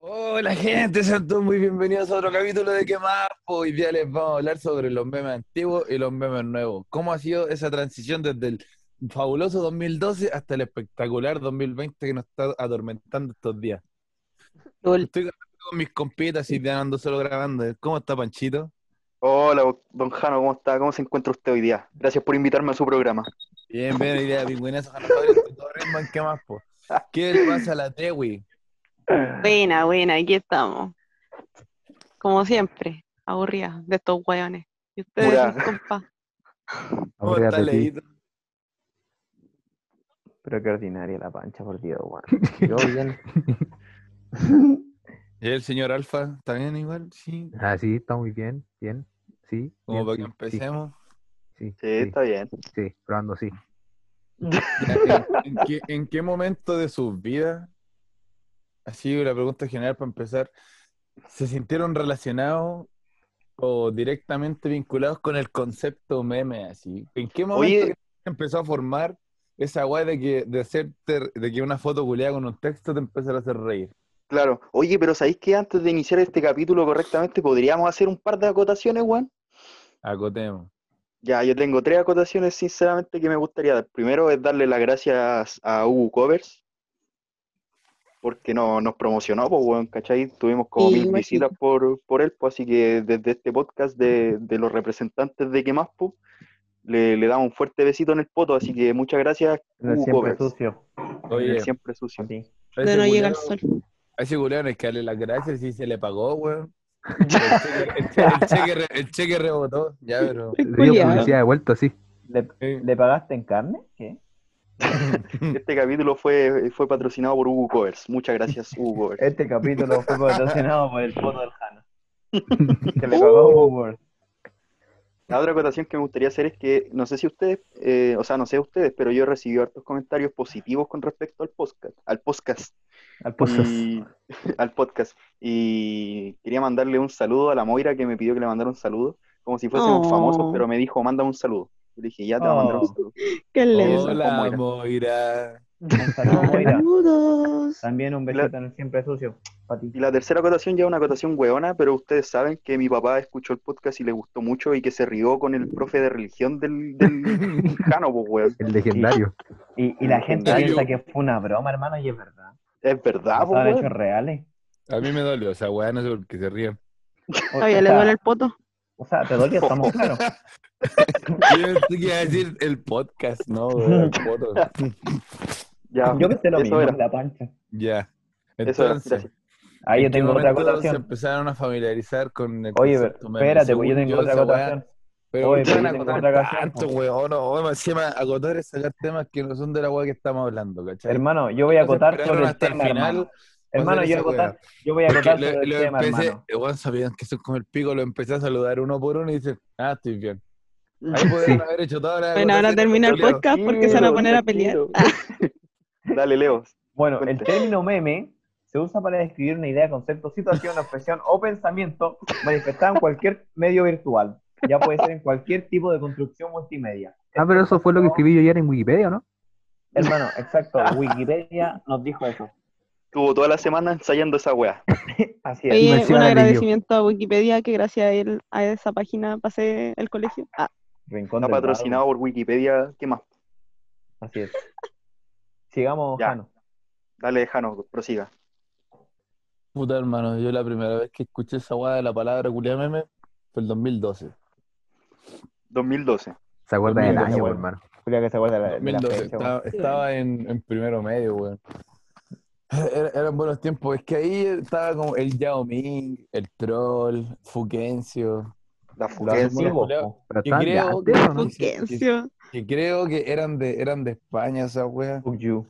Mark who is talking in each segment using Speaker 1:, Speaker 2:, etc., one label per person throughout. Speaker 1: Hola gente, sean todos muy bienvenidos a otro capítulo de ¿Qué más? Po? Hoy día les vamos a hablar sobre los memes antiguos y los memes nuevos. ¿Cómo ha sido esa transición desde el fabuloso 2012 hasta el espectacular 2020 que nos está atormentando estos días? Estoy grabando con mis compitas y te ando solo grabando. ¿Cómo está Panchito?
Speaker 2: Hola, don Jano, ¿cómo está? ¿Cómo se encuentra usted hoy día? Gracias por invitarme a su programa.
Speaker 1: Bien, bien, hoy día pingüinazo, Jano Javier, estoy todo ritmo en ¿Qué más? po? ¿Qué le pasa a la Tewi?
Speaker 3: Buena, buena, aquí estamos. Como siempre, aburrida de estos hueones. Y ustedes,
Speaker 2: Pura.
Speaker 3: mis compas.
Speaker 1: ¿Cómo
Speaker 4: Aburrida
Speaker 1: está
Speaker 4: de ti.
Speaker 1: Leito?
Speaker 4: Pero qué ordinaria la pancha, por Dios, weón. Yo bien.
Speaker 1: ¿Y el señor Alfa? ¿Está bien igual? Sí.
Speaker 4: Ah, sí, está muy bien, bien. Sí.
Speaker 1: Como
Speaker 4: bien,
Speaker 1: para
Speaker 4: sí,
Speaker 1: que empecemos.
Speaker 4: Sí, sí,
Speaker 2: Sí,
Speaker 4: sí,
Speaker 2: está bien.
Speaker 4: sí, probando, sí.
Speaker 1: Ya, ¿En, en qué, en qué momento de sus vidas, así una pregunta general para empezar, se sintieron relacionados o directamente vinculados con el concepto meme? Así, ¿en qué momento
Speaker 2: Oye.
Speaker 1: que empezó a formar esa guay de que de hacerte- de que una foto culeada con un texto te empezara a hacer reír?
Speaker 2: Claro. Oye, pero ¿sabéis que antes de iniciar este capítulo correctamente podríamos hacer un par de acotaciones, Juan?
Speaker 1: Acotemos.
Speaker 2: Ya, yo tengo tres acotaciones, sinceramente, que me gustaría dar. Primero es darle las gracias a Hugo Covers, porque no, nos promocionó, pues, weón, ¿cachai? Tuvimos como
Speaker 3: Sí,
Speaker 2: mil
Speaker 3: igual sí.
Speaker 2: visitas por, por él, pues, así que desde este podcast de, de los representantes de Quemas, pues, le, le damos un fuerte besito en el poto, así que muchas gracias,
Speaker 5: En el
Speaker 2: Hugo
Speaker 5: siempre
Speaker 2: Covers.
Speaker 5: sucio.
Speaker 2: en
Speaker 1: Oye,
Speaker 2: el siempre sucio.
Speaker 5: así.
Speaker 1: a
Speaker 3: De
Speaker 1: ese
Speaker 3: no llega el
Speaker 1: culiao-
Speaker 3: sol.
Speaker 1: a ese culiao no hay que darle las gracias si se le pagó, weón. El cheque, el cheque- el cheque re- el cheque rebotó, ya, pero...
Speaker 4: Le dio
Speaker 3: Culiao.
Speaker 4: publicidad de vuelta, sí.
Speaker 5: ¿Le,
Speaker 1: eh.
Speaker 5: le pagaste en carne? ¿Qué?
Speaker 2: Este capítulo fue, fue patrocinado por Hugo Covers. Muchas gracias, Hugo Covers.
Speaker 5: Este capítulo fue patrocinado por el foto del Jano.
Speaker 6: Este
Speaker 5: Que le pagó
Speaker 4: Uh,
Speaker 5: pues, Uber.
Speaker 2: Uh. La otra acotación que me gustaría hacer es que, no sé si ustedes, eh, o sea, no sé ustedes, pero yo recibí hartos comentarios positivos con respecto al podcast, al podcast,
Speaker 5: Al puesto.
Speaker 2: y, al podcast. Y quería mandarle un saludo a la Moira que me pidió que le mandara un saludo, como si fuésemos
Speaker 3: Oh.
Speaker 2: famosos, pero me dijo, manda un saludo. Yo le dije, ya te va a mandar un
Speaker 5: Oh.
Speaker 2: saludo.
Speaker 3: Qué lento.
Speaker 1: Hola, Moira.
Speaker 5: Un saludo, Moira.
Speaker 3: Saludos.
Speaker 5: También un besito en el siempre sucio. Pa' ti.
Speaker 2: Y la tercera acotación ya es una acotación hueona, pero ustedes saben que mi papá escuchó el podcast y le gustó mucho y que se rió con el profe de religión del, del Jano, pues, weón.
Speaker 4: El legendario.
Speaker 5: Y, y la gente
Speaker 2: Legendario.
Speaker 5: piensa que fue una broma, hermano, y es verdad.
Speaker 2: Es verdad,
Speaker 5: Son
Speaker 2: pues, weón.
Speaker 5: hechos reales.
Speaker 1: A mí me dolió esa weá, no sé por qué se ríen.
Speaker 5: O,
Speaker 3: Todavía
Speaker 5: o
Speaker 3: le
Speaker 5: sea,
Speaker 3: duele el poto.
Speaker 5: O sea, te dolió, estamos claros.
Speaker 1: Yo pensé que iba a decir el podcast, ¿no? weón, el poto.
Speaker 2: Ya,
Speaker 5: Yo pensé lo
Speaker 2: eso
Speaker 5: mismo,
Speaker 2: era.
Speaker 5: la pancha.
Speaker 1: Ya.
Speaker 2: Eso era,
Speaker 1: Entonces,
Speaker 2: gracias.
Speaker 5: Ahí
Speaker 1: ¿en
Speaker 5: yo
Speaker 1: qué
Speaker 5: tengo otra
Speaker 1: momento Se
Speaker 5: acotación.
Speaker 1: empezaron a familiarizar con el
Speaker 5: Oye, pero
Speaker 1: concepto meme?
Speaker 5: espérate,
Speaker 1: Según
Speaker 5: pues yo tengo otra
Speaker 1: esa weá-
Speaker 5: acotación.
Speaker 1: Pero
Speaker 5: Oye,
Speaker 1: ¿por qué van
Speaker 5: pero yo
Speaker 1: a
Speaker 5: tengo
Speaker 1: acotar
Speaker 5: otra canción,
Speaker 1: tanto,
Speaker 5: po.
Speaker 1: weón? No, weón, encima acotar es sacar temas que no son de la weá que estamos hablando, ¿cachai?
Speaker 5: Hermano, yo voy a
Speaker 1: Entonces,
Speaker 5: acotar
Speaker 1: esperaron
Speaker 5: sobre el
Speaker 1: hasta el
Speaker 5: tema,
Speaker 1: final
Speaker 5: hermano.
Speaker 1: para
Speaker 5: Hermano,
Speaker 1: hacer
Speaker 5: yo,
Speaker 1: esa
Speaker 5: voy a acotar-
Speaker 1: weá.
Speaker 5: yo voy a
Speaker 1: Porque
Speaker 5: acotar
Speaker 1: lo,
Speaker 5: sobre el
Speaker 1: lo
Speaker 5: tema,
Speaker 1: empecé,
Speaker 5: hermano.
Speaker 1: weón, sabían que son como el pico, lo empecé a saludar uno por uno y dicen, ah, estoy bien. Ahí podrían haber hecho toda la
Speaker 3: Bueno, ahora
Speaker 1: acotación,
Speaker 3: termina el
Speaker 1: culiao.
Speaker 3: podcast porque se van a poner a pelear.
Speaker 2: Tranquilo. Dale, Leo.
Speaker 5: Bueno, el
Speaker 2: Cuente.
Speaker 5: término meme se usa para describir una idea, concepto, situación, expresión o pensamiento manifestada en cualquier medio virtual. Ya puede ser en cualquier tipo de construcción multimedia.
Speaker 4: Ah, pero eso fue lo que escribí yo ayer en Wikipedia, ¿no?
Speaker 5: Hermano, exacto. Wikipedia nos dijo eso.
Speaker 2: Estuvo toda la semana ensayando esa weá.
Speaker 5: Así es.
Speaker 4: me
Speaker 3: Oye, un
Speaker 4: encima la leyó.
Speaker 3: agradecimiento a Wikipedia que gracias a él, a esa página pasé el colegio. Ah,
Speaker 5: Rincón
Speaker 2: Está
Speaker 5: del
Speaker 2: patrocinado por Wikipedia. ¿Qué más?
Speaker 5: Vago. Así es. Sigamos,
Speaker 2: Ya.
Speaker 5: Jano.
Speaker 2: Dale, Jano, prosiga.
Speaker 1: Puta hermano, yo la primera vez que escuché esa guada de la palabra culiá meme fue el 2012.
Speaker 2: 2012.
Speaker 4: Se acuerda del
Speaker 1: 2012,
Speaker 4: año,
Speaker 5: weón.
Speaker 4: hermano.
Speaker 5: Julia, que se acuerda de la, de la
Speaker 1: 2012,
Speaker 5: fecha,
Speaker 1: estaba, estaba en, en primero medio, weón. Era- eran buenos tiempos, es que ahí estaba como el Yao Ming, el Troll, Fuquencio,
Speaker 2: La
Speaker 5: weón. Lo
Speaker 1: Qué
Speaker 2: fuquencio.
Speaker 5: hacemos
Speaker 1: bueno.
Speaker 5: luego, po.
Speaker 4: Pero
Speaker 1: Y
Speaker 4: estaban de
Speaker 1: creo
Speaker 4: antes, ¿o ¿no?
Speaker 1: que- sí,
Speaker 3: Fulgencio.
Speaker 1: que creo que eran de, eran de España esa wea.
Speaker 5: Fuck you.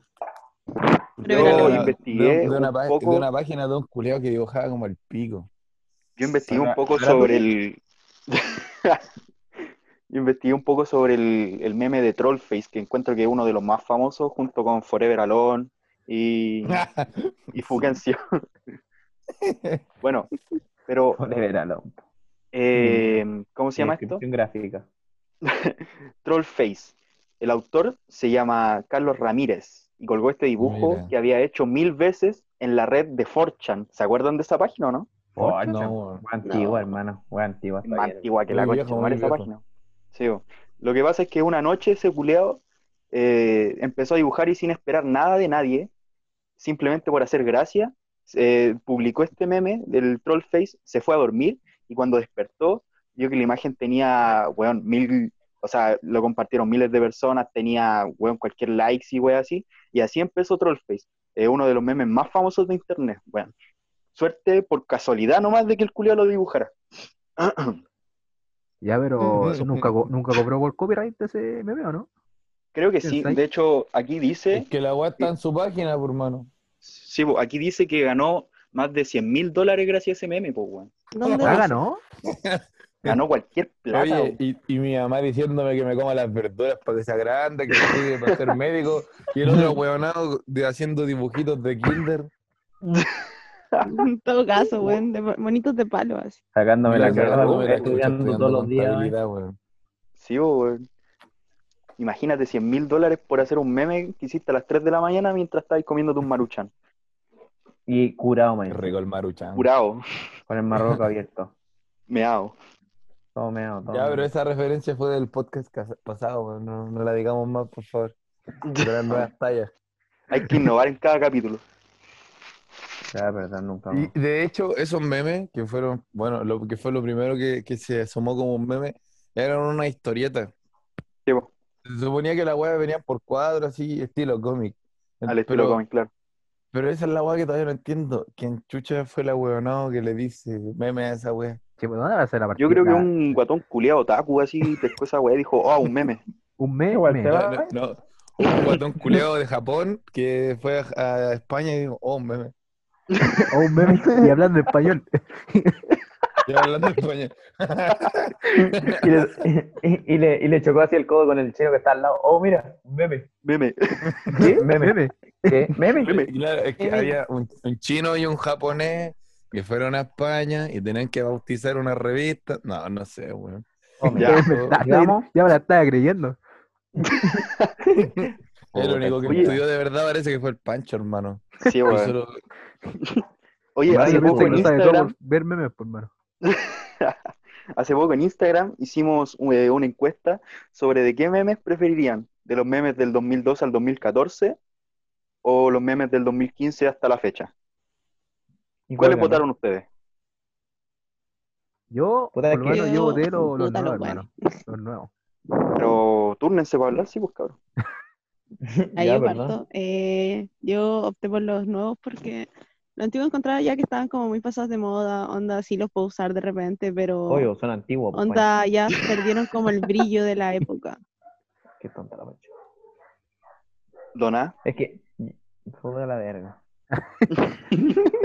Speaker 3: Creo que
Speaker 2: Yo
Speaker 3: no.
Speaker 2: investigué
Speaker 1: de, una,
Speaker 2: un
Speaker 1: pa- de
Speaker 2: poco-
Speaker 1: una página de un culeado que dibujaba como el pico.
Speaker 2: Yo investigué un
Speaker 5: Ahora-
Speaker 2: poco
Speaker 5: ahora
Speaker 2: sobre el. Yo investigué un poco sobre el, el meme de Trollface, que encuentro que es uno de los más famosos, junto con Forever Alone y, y Fugencio. bueno, pero,
Speaker 5: Forever alone.
Speaker 2: eh, ¿cómo se llama esto?
Speaker 5: Descripción gráfica.
Speaker 2: Trollface. El autor se llama Carlos Ramírez y colgó este dibujo
Speaker 1: Mira.
Speaker 2: que había hecho mil veces en la red de 4chan. ¿Se acuerdan de esa página o no?
Speaker 5: Oh,
Speaker 4: Fortune.
Speaker 5: no, weón. antigua, hermano. Weón, antigua.
Speaker 2: Es más antigua que la
Speaker 1: Muy
Speaker 2: concha de
Speaker 1: viejo,
Speaker 2: su
Speaker 1: muy
Speaker 2: madre esa
Speaker 1: viejo.
Speaker 2: página. Sí, bo. lo que pasa es que una noche ese culeado eh, empezó a dibujar y sin esperar nada de nadie, simplemente por hacer gracia, eh, publicó este meme del troll face, se fue a dormir y cuando despertó vio que la imagen tenía, weón, mil, o sea, lo compartieron miles de personas, tenía, weón, cualquier likes y weón así, y así empezó Trollface, eh, uno de los memes más famosos de internet, weón. Suerte por casualidad nomás de que el culiao lo dibujara.
Speaker 6: Ya, pero eso nunca, co- nunca cobró por copyright de ese meme, ¿o no?
Speaker 2: Creo que sí.
Speaker 6: ¿Pensáis?
Speaker 2: De hecho, aquí dice,
Speaker 1: Es que la weá está en su página, por mano.
Speaker 2: sí, po, aquí dice que ganó más de 100 mil dólares gracias a ese meme, pues, weón.
Speaker 6: Paga, ¿no?
Speaker 2: Ganó cualquier plata.
Speaker 1: Oye,
Speaker 2: weón.
Speaker 1: y, y mi mamá diciéndome que me coma las verduras para que sea grande, que me sirve para ser médico, y el otro huevonado de haciendo dibujitos de kinder.
Speaker 3: En todo caso, weón, de bonitos de palo así.
Speaker 5: Sacándome la
Speaker 1: Mira,
Speaker 5: cagada,
Speaker 1: cagó,
Speaker 5: weón,
Speaker 1: mira,
Speaker 5: estudiando
Speaker 1: estudiando
Speaker 5: todos los días. weón.
Speaker 1: contabilidad, weón.
Speaker 2: Sí, po, weón. Imagínate 100 mil dólares por hacer un meme que hiciste a las 3 de la mañana mientras estabas comiendo un maruchan.
Speaker 5: Y curado,
Speaker 1: Qué
Speaker 5: man.
Speaker 1: rico el
Speaker 6: Ah.
Speaker 1: maruchan.
Speaker 2: Curado,
Speaker 5: Con el marroco abierto.
Speaker 2: meado.
Speaker 5: Todo meado, todo.
Speaker 1: Ya, pero
Speaker 5: meado.
Speaker 1: esa referencia fue del podcast cas- pasado, weón. No, no la digamos más, por favor. Serán nuevas tallas.
Speaker 2: Hay que innovar en cada capítulo.
Speaker 5: Ya, verdad, nunca más.
Speaker 1: Y de hecho, esos memes que fueron, bueno, lo que fue lo primero que, que se asomó como un meme, eran una historieta.
Speaker 2: Sí, po,
Speaker 1: Se suponía que la weá venía por cuadro, así, estilo cómic.
Speaker 2: al estilo
Speaker 1: Pero-
Speaker 2: comic, claro.
Speaker 1: Pero esa es la weá que todavía no entiendo. ¿Quién chucha fue la weonado que le dice meme a esa weá?
Speaker 6: Che, pues, ¿dónde va a ser la partida?
Speaker 2: Yo creo que un guatón culiado otaku así pescó esa weá y dijo, oh, un meme.
Speaker 6: Un meme.
Speaker 5: Igual te va.
Speaker 1: No, no, no. Un guatón culeado de Japón que fue a, a España y dijo, oh, un meme.
Speaker 4: Oh,
Speaker 6: O un meme y hablando español.
Speaker 1: Y hablando de España.
Speaker 5: Y le, y, y le, y le chocó así el codo con el chino que está al lado. Oh, mira, un meme.
Speaker 2: Meme.
Speaker 5: ¿Qué? Meme.
Speaker 6: Meme.
Speaker 5: ¿Qué? Meme.
Speaker 2: Meme.
Speaker 1: Claro, es que
Speaker 3: Meme.
Speaker 1: había un, un chino y un japonés que fueron a España y tenían que bautizar una revista. No, no sé, weón.
Speaker 5: Oh, mira.
Speaker 2: Ya.
Speaker 6: Es verdad, ya,
Speaker 5: Digamos.
Speaker 6: ya me la estaba creyendo.
Speaker 1: El único que
Speaker 2: Oye.
Speaker 1: estudió de verdad parece que fue el Pancho, hermano.
Speaker 2: Sí,
Speaker 1: Yo
Speaker 2: weón.
Speaker 1: solo-
Speaker 2: Oye, hace
Speaker 6: Probablemente
Speaker 2: poco en
Speaker 6: no sabe todo
Speaker 2: Instagram
Speaker 6: por ver memes, pues, por mano.
Speaker 2: Hace poco en Instagram hicimos eh, una encuesta sobre de qué memes preferirían, de los memes del 2002 al 2014 o los memes del 2015 hasta la fecha.
Speaker 5: ¿Y cuál
Speaker 2: ¿Cuáles
Speaker 5: ganó?
Speaker 2: votaron ustedes?
Speaker 6: Yo,
Speaker 5: Puta,
Speaker 6: por lo
Speaker 5: es que
Speaker 6: menos, yo
Speaker 3: yo-
Speaker 6: voté los, los
Speaker 3: puta,
Speaker 6: nuevos,
Speaker 3: los
Speaker 6: hermano. Los nuevos.
Speaker 2: Pero túrnense para hablar, sí, pues cabrón.
Speaker 3: Ahí
Speaker 5: Ya,
Speaker 3: yo
Speaker 5: ¿verdad?
Speaker 3: parto. Eh, yo opté por los nuevos porque los antiguos encontraba ya que estaban como muy pasados de moda. Onda, sí los puedo usar de repente, pero
Speaker 5: Oye, son antiguos. pues,
Speaker 3: onda, ya perdieron como el brillo de la época.
Speaker 5: man. Qué tonta la mancha.
Speaker 2: Doná,
Speaker 5: Es que. Joder la verga.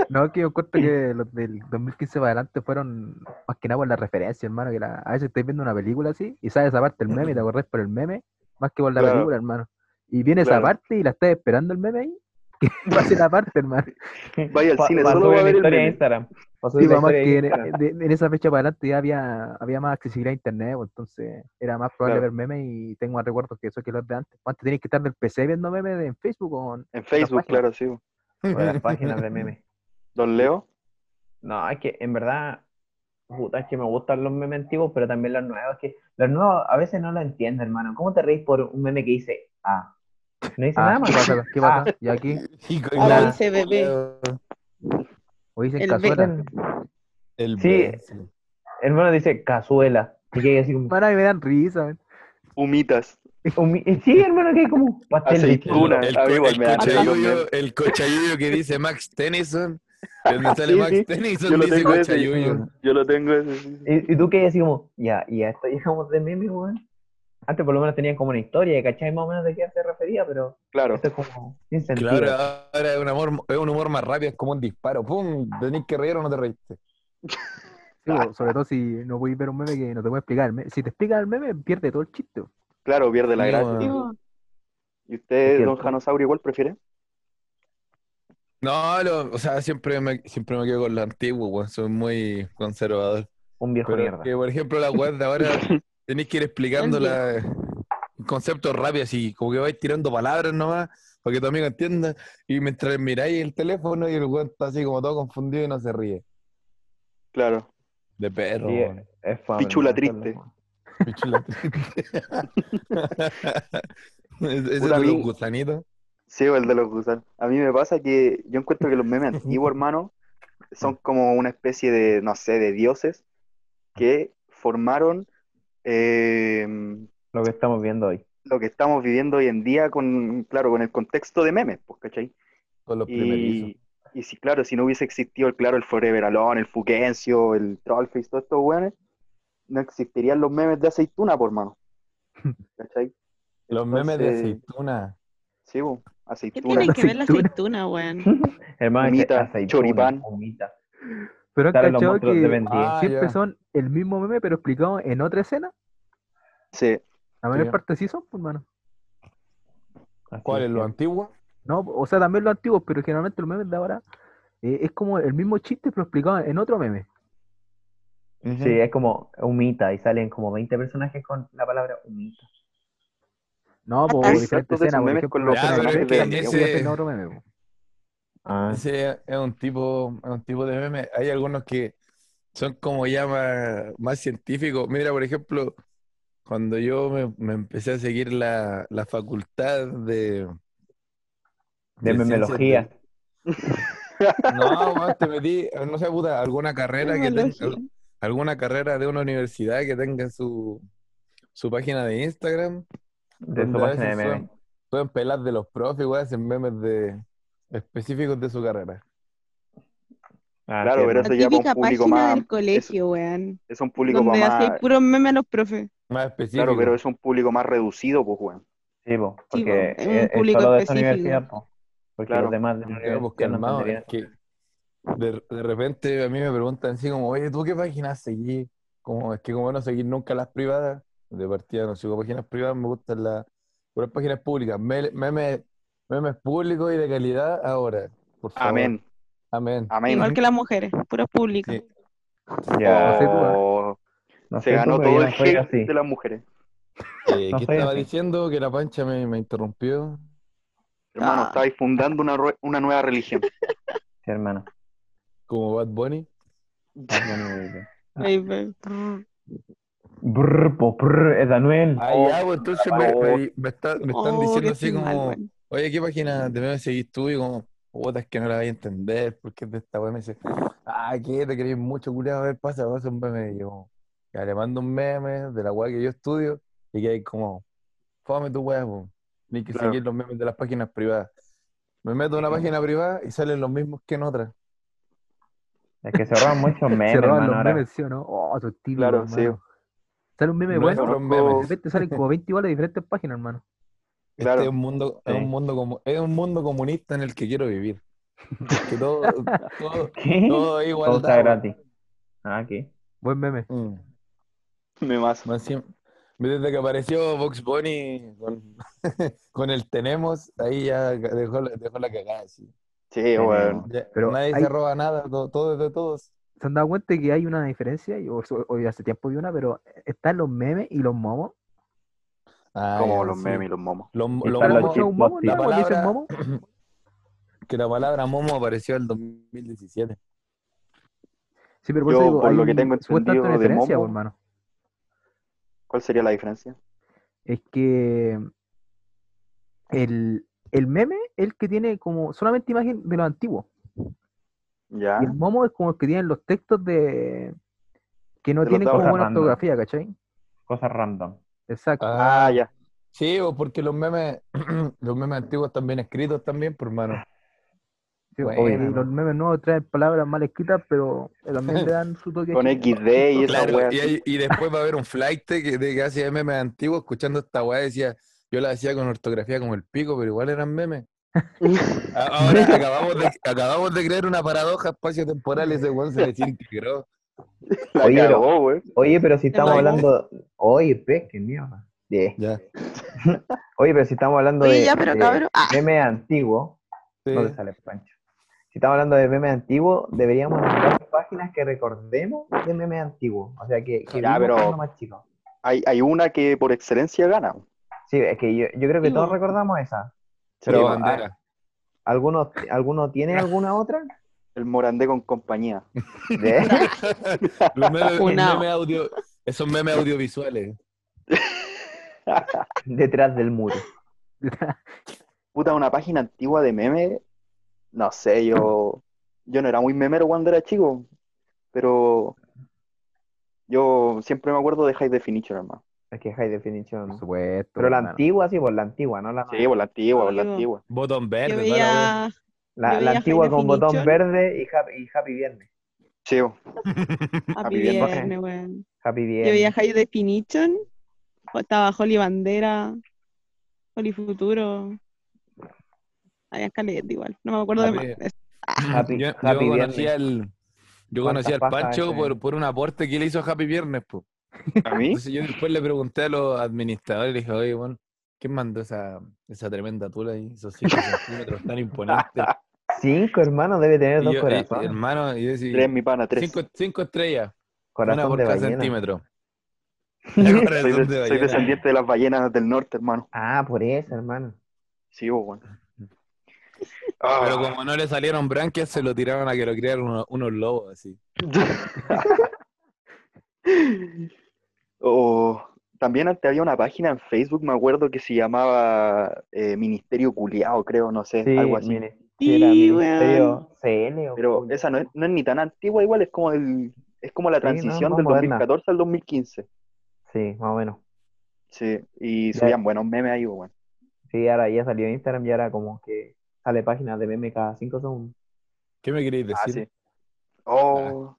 Speaker 6: No, es que yo cuento que los del 2015 para adelante fueron más que nada por la referencia, hermano. Que la- a veces estáis viendo una película así y sabes esa parte del meme y te acordás por el meme, más que por la
Speaker 2: Claro.
Speaker 6: película, hermano. Y viene esa
Speaker 2: Claro.
Speaker 6: parte y la estás esperando el meme ahí. Que pase la parte, hermano.
Speaker 2: Vaya al
Speaker 5: Pa-
Speaker 2: cine
Speaker 5: pa
Speaker 2: solo
Speaker 5: subir
Speaker 2: va a
Speaker 5: la
Speaker 2: ver el
Speaker 5: historia de
Speaker 2: meme.
Speaker 5: Instagram. Pa subir
Speaker 6: Sí,
Speaker 5: la
Speaker 6: pues, más
Speaker 5: historia de
Speaker 6: que en,
Speaker 5: Instagram.
Speaker 6: de- en esa fecha para adelante ya había, había más accesibilidad a internet, pues, entonces era más probable
Speaker 2: Claro.
Speaker 6: ver memes y tengo más recuerdos que eso que los de antes. Pues, Antes tenías que estar del PC viendo memes de- en Facebook o en-
Speaker 2: en Facebook,
Speaker 6: Las páginas.
Speaker 2: claro, sí. pues.
Speaker 5: O de las páginas de memes.
Speaker 2: Don Leo,
Speaker 5: No, es que en verdad, puta, es que me gustan los memes antiguos, pero también los nuevos. Es que los nuevos a veces no lo entiendo, hermano. ¿Cómo te reís por un meme que dice A? No dice
Speaker 6: Ah,
Speaker 5: nada más.
Speaker 6: ¿qué pasa? ¿Qué
Speaker 5: Ah.
Speaker 6: pasa? Y aquí,
Speaker 1: Y con
Speaker 3: Ahora
Speaker 1: la-
Speaker 3: dice bebé.
Speaker 6: o dicen
Speaker 3: El
Speaker 6: cazuela.
Speaker 5: Dicen-
Speaker 1: El
Speaker 5: Sí.
Speaker 1: Ben, sí.
Speaker 5: hermano dice cazuela. Y que así como.
Speaker 6: Para me dan risa, man.
Speaker 2: humitas.
Speaker 5: un- eh, sí, hermano, que es como pastel de
Speaker 2: Aceituna.
Speaker 5: choclo.
Speaker 2: Una,
Speaker 1: el,
Speaker 2: a mí
Speaker 1: co-
Speaker 2: igual
Speaker 1: el
Speaker 2: me da risa los
Speaker 1: cochayuyo-
Speaker 2: memes.
Speaker 1: el cochayuyo que dice Max Tennyson. de Donde sale
Speaker 2: Sí,
Speaker 1: Max
Speaker 2: sí, Yo
Speaker 1: Tennyson,
Speaker 2: lo
Speaker 1: dice
Speaker 2: tengo ese.
Speaker 1: cochayuyo.
Speaker 2: Yo lo tengo ese. sí, sí.
Speaker 5: Y, y tú que así como, ya, y a esto llegamos de memes, weón. Antes por lo menos tenían como una historia, ¿cachai? Más o menos de qué se refería, pero
Speaker 2: Claro.
Speaker 5: esto es como sin sentido.
Speaker 1: Claro, ahora es un, amor, es un humor más rápido, es como un disparo. ¡Pum! Tenés que reír o no te reíste.
Speaker 6: Sí,
Speaker 5: Ah.
Speaker 6: pues, sobre todo si no podéis ver un meme que no te puede explicar. el meme. Si te explica el meme, pierde todo el chiste. pues.
Speaker 2: Claro, pierde la
Speaker 1: Sí,
Speaker 2: gracia.
Speaker 1: weón.
Speaker 3: Digo,
Speaker 2: ¿Y usted,
Speaker 5: Entiendo.
Speaker 2: don Janosaurio, igual prefiere?
Speaker 1: No, lo- o sea, siempre me, siempre me quedo con lo antiguo, weón. Soy muy conservador.
Speaker 5: Un viejo
Speaker 1: Pero
Speaker 5: mierda.
Speaker 1: que, por ejemplo, la web de ahora tenés que ir explicándola conceptos rápidos, así como que vais tirando palabras nomás, para que tu amigo entienda, y mientras miráis el teléfono y el weón está así como todo confundido y no se ríe.
Speaker 2: Claro.
Speaker 1: De perro,
Speaker 5: Sí,
Speaker 1: weón.
Speaker 5: es fome,
Speaker 2: Pichula
Speaker 5: no,
Speaker 2: triste.
Speaker 5: eso
Speaker 1: Bicho la triste. ¿Es- ¿Ese es
Speaker 2: Puta,
Speaker 1: de los
Speaker 2: vi-
Speaker 1: gusanitos?
Speaker 2: Sí, o el de los gusanos. A mí me pasa que yo encuentro que los memes antiguos, hermano, son como una especie de, no sé, de dioses que formaron eh,
Speaker 5: es Lo que estamos viendo hoy.
Speaker 2: lo que estamos viviendo hoy en día con, claro, con el contexto de memes, pues, ¿cachai?
Speaker 1: Con los primerizos.
Speaker 2: Y, y si, claro, si no hubiese existido, el, claro, el Forever Alone, el Fuquencio, el Trollface, todos estos weones, no existirían los memes de aceituna, por mano. ¿Cachai?
Speaker 1: Los memes de
Speaker 2: Entonces,
Speaker 1: aceituna.
Speaker 2: Sí, bo,
Speaker 3: ¿Qué
Speaker 2: aceituna,
Speaker 3: tiene que ver la
Speaker 6: aceituna.
Speaker 3: aceituna, weón?
Speaker 5: Hermano, es que
Speaker 2: Humita,
Speaker 5: aceituna,
Speaker 2: choripán.
Speaker 5: humita.
Speaker 6: Pero han
Speaker 5: Claro, los
Speaker 6: cachado
Speaker 5: monstruos de Ben
Speaker 6: que
Speaker 5: 10.
Speaker 1: Ah,
Speaker 6: siempre
Speaker 1: ya.
Speaker 6: son el mismo meme, pero explicado en otra escena.
Speaker 2: sí.
Speaker 6: La mayor
Speaker 1: Sí.
Speaker 6: parte sí son, pues, hermano.
Speaker 5: Así
Speaker 1: ¿Cuál es lo
Speaker 5: que-
Speaker 1: antiguo?
Speaker 6: No, o sea, también los antiguos, pero generalmente los memes de ahora eh, es como el mismo chiste, pero explicado en otro meme.
Speaker 1: Ujú.
Speaker 5: Sí, es como humita y salen como 20 personajes con la palabra humita.
Speaker 6: No,
Speaker 3: Hasta
Speaker 6: por
Speaker 3: eso.
Speaker 2: Exacto, de Ah, esos
Speaker 6: diferente escena, por
Speaker 2: memes
Speaker 6: ejemplo,
Speaker 2: con los
Speaker 6: la escena
Speaker 1: personajes
Speaker 6: del
Speaker 1: de
Speaker 6: beso,
Speaker 1: Daniel,
Speaker 6: y después
Speaker 1: ese-
Speaker 6: en otro meme, po.
Speaker 5: Ah,
Speaker 1: Ese es un tipo, es un tipo de meme. Hay algunos que son como ya más, más científicos. Mira, por ejemplo, cuando yo me, me empecé a seguir la, la facultad de,
Speaker 5: de
Speaker 1: ciencias
Speaker 5: memelogía.
Speaker 1: del- No, weón, te metí, no sé, puta, alguna carrera que tenga,
Speaker 3: Tecnología.
Speaker 1: alguna carrera de una universidad que tenga su, su página de Instagram.
Speaker 5: De su
Speaker 1: donde a
Speaker 5: página de
Speaker 1: veces
Speaker 5: memes.
Speaker 1: suben- Suben pelas de los profes, weón, hacen memes de específicos de su carrera.
Speaker 5: Ah,
Speaker 2: Claro,
Speaker 5: sí,
Speaker 2: pero
Speaker 5: hermano.
Speaker 2: eso
Speaker 3: La
Speaker 2: ya para un
Speaker 3: típica
Speaker 2: público
Speaker 3: página
Speaker 2: más-
Speaker 3: del colegio, weón.
Speaker 2: Es un público
Speaker 3: Donde
Speaker 2: más.
Speaker 3: hacéis puros memes a los profes.
Speaker 1: Más específicos.
Speaker 2: Claro, pero es un público más reducido, pues, weón.
Speaker 5: Sí,
Speaker 3: Sí, po,
Speaker 5: po, porque
Speaker 3: es un
Speaker 5: es, es
Speaker 3: público
Speaker 5: solo de esa
Speaker 3: específico.
Speaker 5: universidad, po. Porque
Speaker 2: Claro.
Speaker 5: los demás de la
Speaker 1: Ya, pues,
Speaker 5: universidad no
Speaker 1: calmado,
Speaker 5: tendrían-
Speaker 1: es que de, de repente a mí me preguntan así como, oye, ¿tú qué páginas seguís? Como, es que como no seguís nunca las privadas, de partida no sigo páginas privadas, me gustan las puras páginas públicas, Mel- memes, memes públicos y de calidad ahora, por favor.
Speaker 2: Amén,
Speaker 1: Amén.
Speaker 2: amén.
Speaker 3: Ah, Igual que las mujeres, puros públicos.
Speaker 1: Sí.
Speaker 5: Ya,
Speaker 2: Oh,
Speaker 5: no
Speaker 2: se
Speaker 5: sé
Speaker 2: ganó
Speaker 5: tú, pero
Speaker 2: todo
Speaker 5: yo
Speaker 2: el
Speaker 5: no soy
Speaker 2: hate
Speaker 5: así.
Speaker 2: de las mujeres.
Speaker 1: Eh,
Speaker 5: No
Speaker 1: ¿Qué
Speaker 5: soy
Speaker 1: estaba
Speaker 5: así.
Speaker 1: diciendo? Que la pancha me, me interrumpió.
Speaker 2: Hermano,
Speaker 3: Ah.
Speaker 2: estáis fundando una, rue- una nueva religión.
Speaker 5: Sí, hermano.
Speaker 1: Como Bad Bunny.
Speaker 5: Estás ganando, güey.
Speaker 3: Ahí, ve.
Speaker 5: Brr, po, brr, es Anuel.
Speaker 1: Ah, ya, pues, entonces me, me- me está- me están
Speaker 3: Oh,
Speaker 1: diciendo
Speaker 3: qué
Speaker 1: así
Speaker 3: mal,
Speaker 1: como,
Speaker 3: weón.
Speaker 1: Oye, ¿qué página de memes seguís tú? Y como, puta, es que no la voy a entender, porque es de esta weá. Me dice, ah, ¿qué? Te querés mucho, culiado. A ver, pasa, pasa un meme. Y yo, ya le mando un meme de la weá que yo estudio. Y que hay como, fome tu weá, po. Ni que
Speaker 2: Claro.
Speaker 1: seguir los memes de las páginas privadas. Me meto a una página privada y salen los mismos que en otra.
Speaker 5: Es que se roban muchos memes,
Speaker 6: Se roban
Speaker 5: hermano,
Speaker 6: los
Speaker 5: ahora.
Speaker 6: memes, ¿sí o no? Oh, eso es típico,
Speaker 2: Claro, sí.
Speaker 6: hermano. Sale un meme bueno,
Speaker 1: Nuestros
Speaker 6: de
Speaker 1: memes.
Speaker 6: repente salen como 20 iguales de diferentes páginas, hermano.
Speaker 1: Este
Speaker 2: Claro.
Speaker 1: es un mundo, es
Speaker 5: Sí.
Speaker 1: un mundo como, es un mundo comunista en el que quiero vivir. Que todo, todo,
Speaker 5: ¿Qué?
Speaker 1: todo es
Speaker 5: Todo
Speaker 1: igualdad,
Speaker 5: está
Speaker 1: weón.
Speaker 5: gratis. Ah, ¿qué?
Speaker 6: Buen meme.
Speaker 1: Mm.
Speaker 2: Me más.
Speaker 1: Más encima- desde que apareció Vox Bunny con, con el tenemos, ahí ya dejó, la- dejó la cagada. sí.
Speaker 2: Sí, weón.
Speaker 1: Ya
Speaker 6: Pero
Speaker 1: nadie
Speaker 6: hay-
Speaker 1: se roba nada, to- todo, es de todos.
Speaker 6: ¿Se han dado cuenta que hay una diferencia? Yo so- hoy hace tiempo vi una, pero están los memes y los momos.
Speaker 1: Ah,
Speaker 2: Como
Speaker 1: ya,
Speaker 2: los
Speaker 1: sí.
Speaker 2: memes y los momos.
Speaker 1: Los,
Speaker 5: Y
Speaker 1: los
Speaker 5: están los
Speaker 1: momos,
Speaker 6: ¿Escuchas un momo?
Speaker 5: chip-
Speaker 6: ¿No?
Speaker 1: la
Speaker 6: Cuando dicen
Speaker 1: palabra-
Speaker 6: momo?
Speaker 1: que la palabra momo apareció en el 2017.
Speaker 6: Sí, pero por eso
Speaker 2: Yo,
Speaker 6: digo,
Speaker 2: por
Speaker 6: hay
Speaker 2: lo que tengo
Speaker 6: supuestamente una
Speaker 2: entendido de
Speaker 6: diferencia,
Speaker 2: momo-
Speaker 6: hermano.
Speaker 2: ¿Cuál sería la diferencia?
Speaker 6: es que el, el meme es el que tiene como solamente imagen de los antiguos.
Speaker 2: Ya.
Speaker 6: Y el momo es como el que tienen los textos de que no
Speaker 2: De los
Speaker 6: tienen
Speaker 2: dados
Speaker 6: como una
Speaker 5: random.
Speaker 6: ortografía, ¿cachai?
Speaker 5: Cosas random.
Speaker 6: Exacto.
Speaker 2: Ah, ya.
Speaker 1: Sí, o porque los memes, los memes antiguos están bien escritos también, por mano.
Speaker 6: Sí,
Speaker 1: bueno,
Speaker 6: oye, y
Speaker 1: hermano.
Speaker 6: los memes nuevos traen palabras mal escritas, pero también le dan su toque.
Speaker 2: Con
Speaker 6: chistoso.
Speaker 2: XD y esa
Speaker 1: Claro,
Speaker 2: weá.
Speaker 1: y,
Speaker 2: así.
Speaker 1: hay- y después va a haber un flight que, de que hacía memes antiguos, escuchando esta weá, decía, yo la hacía con ortografía como el pico, pero igual eran memes. A- Ahora acabamos de, acabamos de crear una paradoja espacio-temporal, ese weón se desintegró.
Speaker 2: La
Speaker 5: Oye, pero-
Speaker 2: cagó, weón.
Speaker 5: Oye, pero si estamos
Speaker 3: Ay,
Speaker 5: hablando. Oye, pe, qué mierda. Yeah.
Speaker 1: Ya.
Speaker 5: Oye, pero si estamos hablando
Speaker 3: Oye,
Speaker 5: de,
Speaker 3: ya, pero
Speaker 5: de
Speaker 3: cabrón. Ah,
Speaker 5: memes antiguos, no te sale Pancho. Si estamos hablando de memes antiguos, deberíamos buscar páginas que recordemos de memes antiguos. O sea, que, que
Speaker 2: Ya,
Speaker 5: vimos
Speaker 2: pero-
Speaker 5: cuando más chicos.
Speaker 2: Hay, hay una que por excelencia gana.
Speaker 5: Sí, es que yo, yo creo que
Speaker 3: Sí,
Speaker 5: todos
Speaker 3: bo.
Speaker 5: recordamos esa.
Speaker 1: Pero
Speaker 5: Pero,
Speaker 1: bandera.
Speaker 5: ¿a- ¿Alguno, ¿Alguno tiene alguna otra?
Speaker 2: El Morandé con compañía.
Speaker 5: De-
Speaker 1: Los memes, los
Speaker 3: Funao.
Speaker 1: memes audio, esos memes audiovisuales.
Speaker 5: detrás del muro.
Speaker 2: Puta, una página antigua de meme. No sé, yo. Yo no era muy memero cuando era chico. Pero. Yo siempre me acuerdo de High Definition, hermano.
Speaker 5: Es que High Definition.
Speaker 6: Por supuesto.
Speaker 5: Pero la
Speaker 6: hermano.
Speaker 5: antigua, sí, pues la antigua, ¿no? La,
Speaker 2: Sí, por la antigua, por la
Speaker 3: Yo-
Speaker 2: antigua.
Speaker 1: Botón
Speaker 3: Yo
Speaker 1: verde. toda la wea.
Speaker 3: veía,
Speaker 5: la,
Speaker 3: yo
Speaker 5: la
Speaker 3: veía
Speaker 5: antigua
Speaker 3: High
Speaker 5: con botón
Speaker 3: Definition.
Speaker 5: verde y Happy, y happy Viernes.
Speaker 2: Sí, bo.
Speaker 3: Happy
Speaker 2: Bien
Speaker 5: Baja.
Speaker 3: Viernes, weón.
Speaker 5: Happy
Speaker 3: Yo
Speaker 5: Viernes.
Speaker 3: veía High Definition, o estaba Holly Bandera, Holly Futuro. Había Caleta igual, no me acuerdo de más.
Speaker 1: Happy-
Speaker 3: Es-
Speaker 5: Happy-
Speaker 1: yo, yo
Speaker 5: Happy
Speaker 1: conocí
Speaker 5: Viernes.
Speaker 1: al, yo
Speaker 5: ¿Cuántas
Speaker 1: conocí al
Speaker 5: pajas
Speaker 1: Pancho
Speaker 5: ese?
Speaker 1: por, por un aporte que le hizo a Happy Viernes. po.
Speaker 2: a mí.
Speaker 1: Entonces yo después le pregunté a los administradores, le dije, oye, bueno, ¿quién mandó esa, esa tremenda tula ahí? Esos 5 centímetros tan imponentes.
Speaker 5: Cinco, hermano, debe tener
Speaker 1: Y
Speaker 5: dos
Speaker 1: yo, eh,
Speaker 5: corazones.
Speaker 1: hermano, y yo decía,
Speaker 2: Tres, mi pana, tres.
Speaker 1: cinco, cinco estrellas, una
Speaker 5: Corazón
Speaker 1: por
Speaker 5: de
Speaker 1: cada
Speaker 5: ballena.
Speaker 1: centímetro.
Speaker 2: Soy,
Speaker 1: Corazón
Speaker 2: de-
Speaker 1: de
Speaker 2: soy
Speaker 1: ballena.
Speaker 2: descendiente de las ballenas del norte, hermano.
Speaker 5: Ah, por eso, hermano.
Speaker 2: Sí, bo, bueno.
Speaker 1: Ah, Pero como no le salieron branquias, se lo tiraron a que lo criaron unos, unos lobos así.
Speaker 2: O también antes había una página en Facebook, me acuerdo, que se llamaba eh, Ministerio Culeado, creo, no sé,
Speaker 5: Sí,
Speaker 2: algo así.
Speaker 5: mire,
Speaker 3: Sí,
Speaker 5: era
Speaker 3: weón.
Speaker 5: Ministerio CL. o-
Speaker 2: Pero esa no es, no es ni tan antigua, igual es como el, es como la
Speaker 5: Sí, no, es
Speaker 2: transición
Speaker 5: más
Speaker 2: del
Speaker 5: moderna.
Speaker 2: 2014 al 2015.
Speaker 5: Sí, más o menos.
Speaker 2: Sí, y
Speaker 5: Ya.
Speaker 2: subían buenos memes ahí, bueno.
Speaker 5: Sí, ahora ya salió Instagram y ahora como que sale páginas de meme cada cinco segundos.
Speaker 1: ¿Qué me queréis decir?
Speaker 2: Ah, sí. Oh,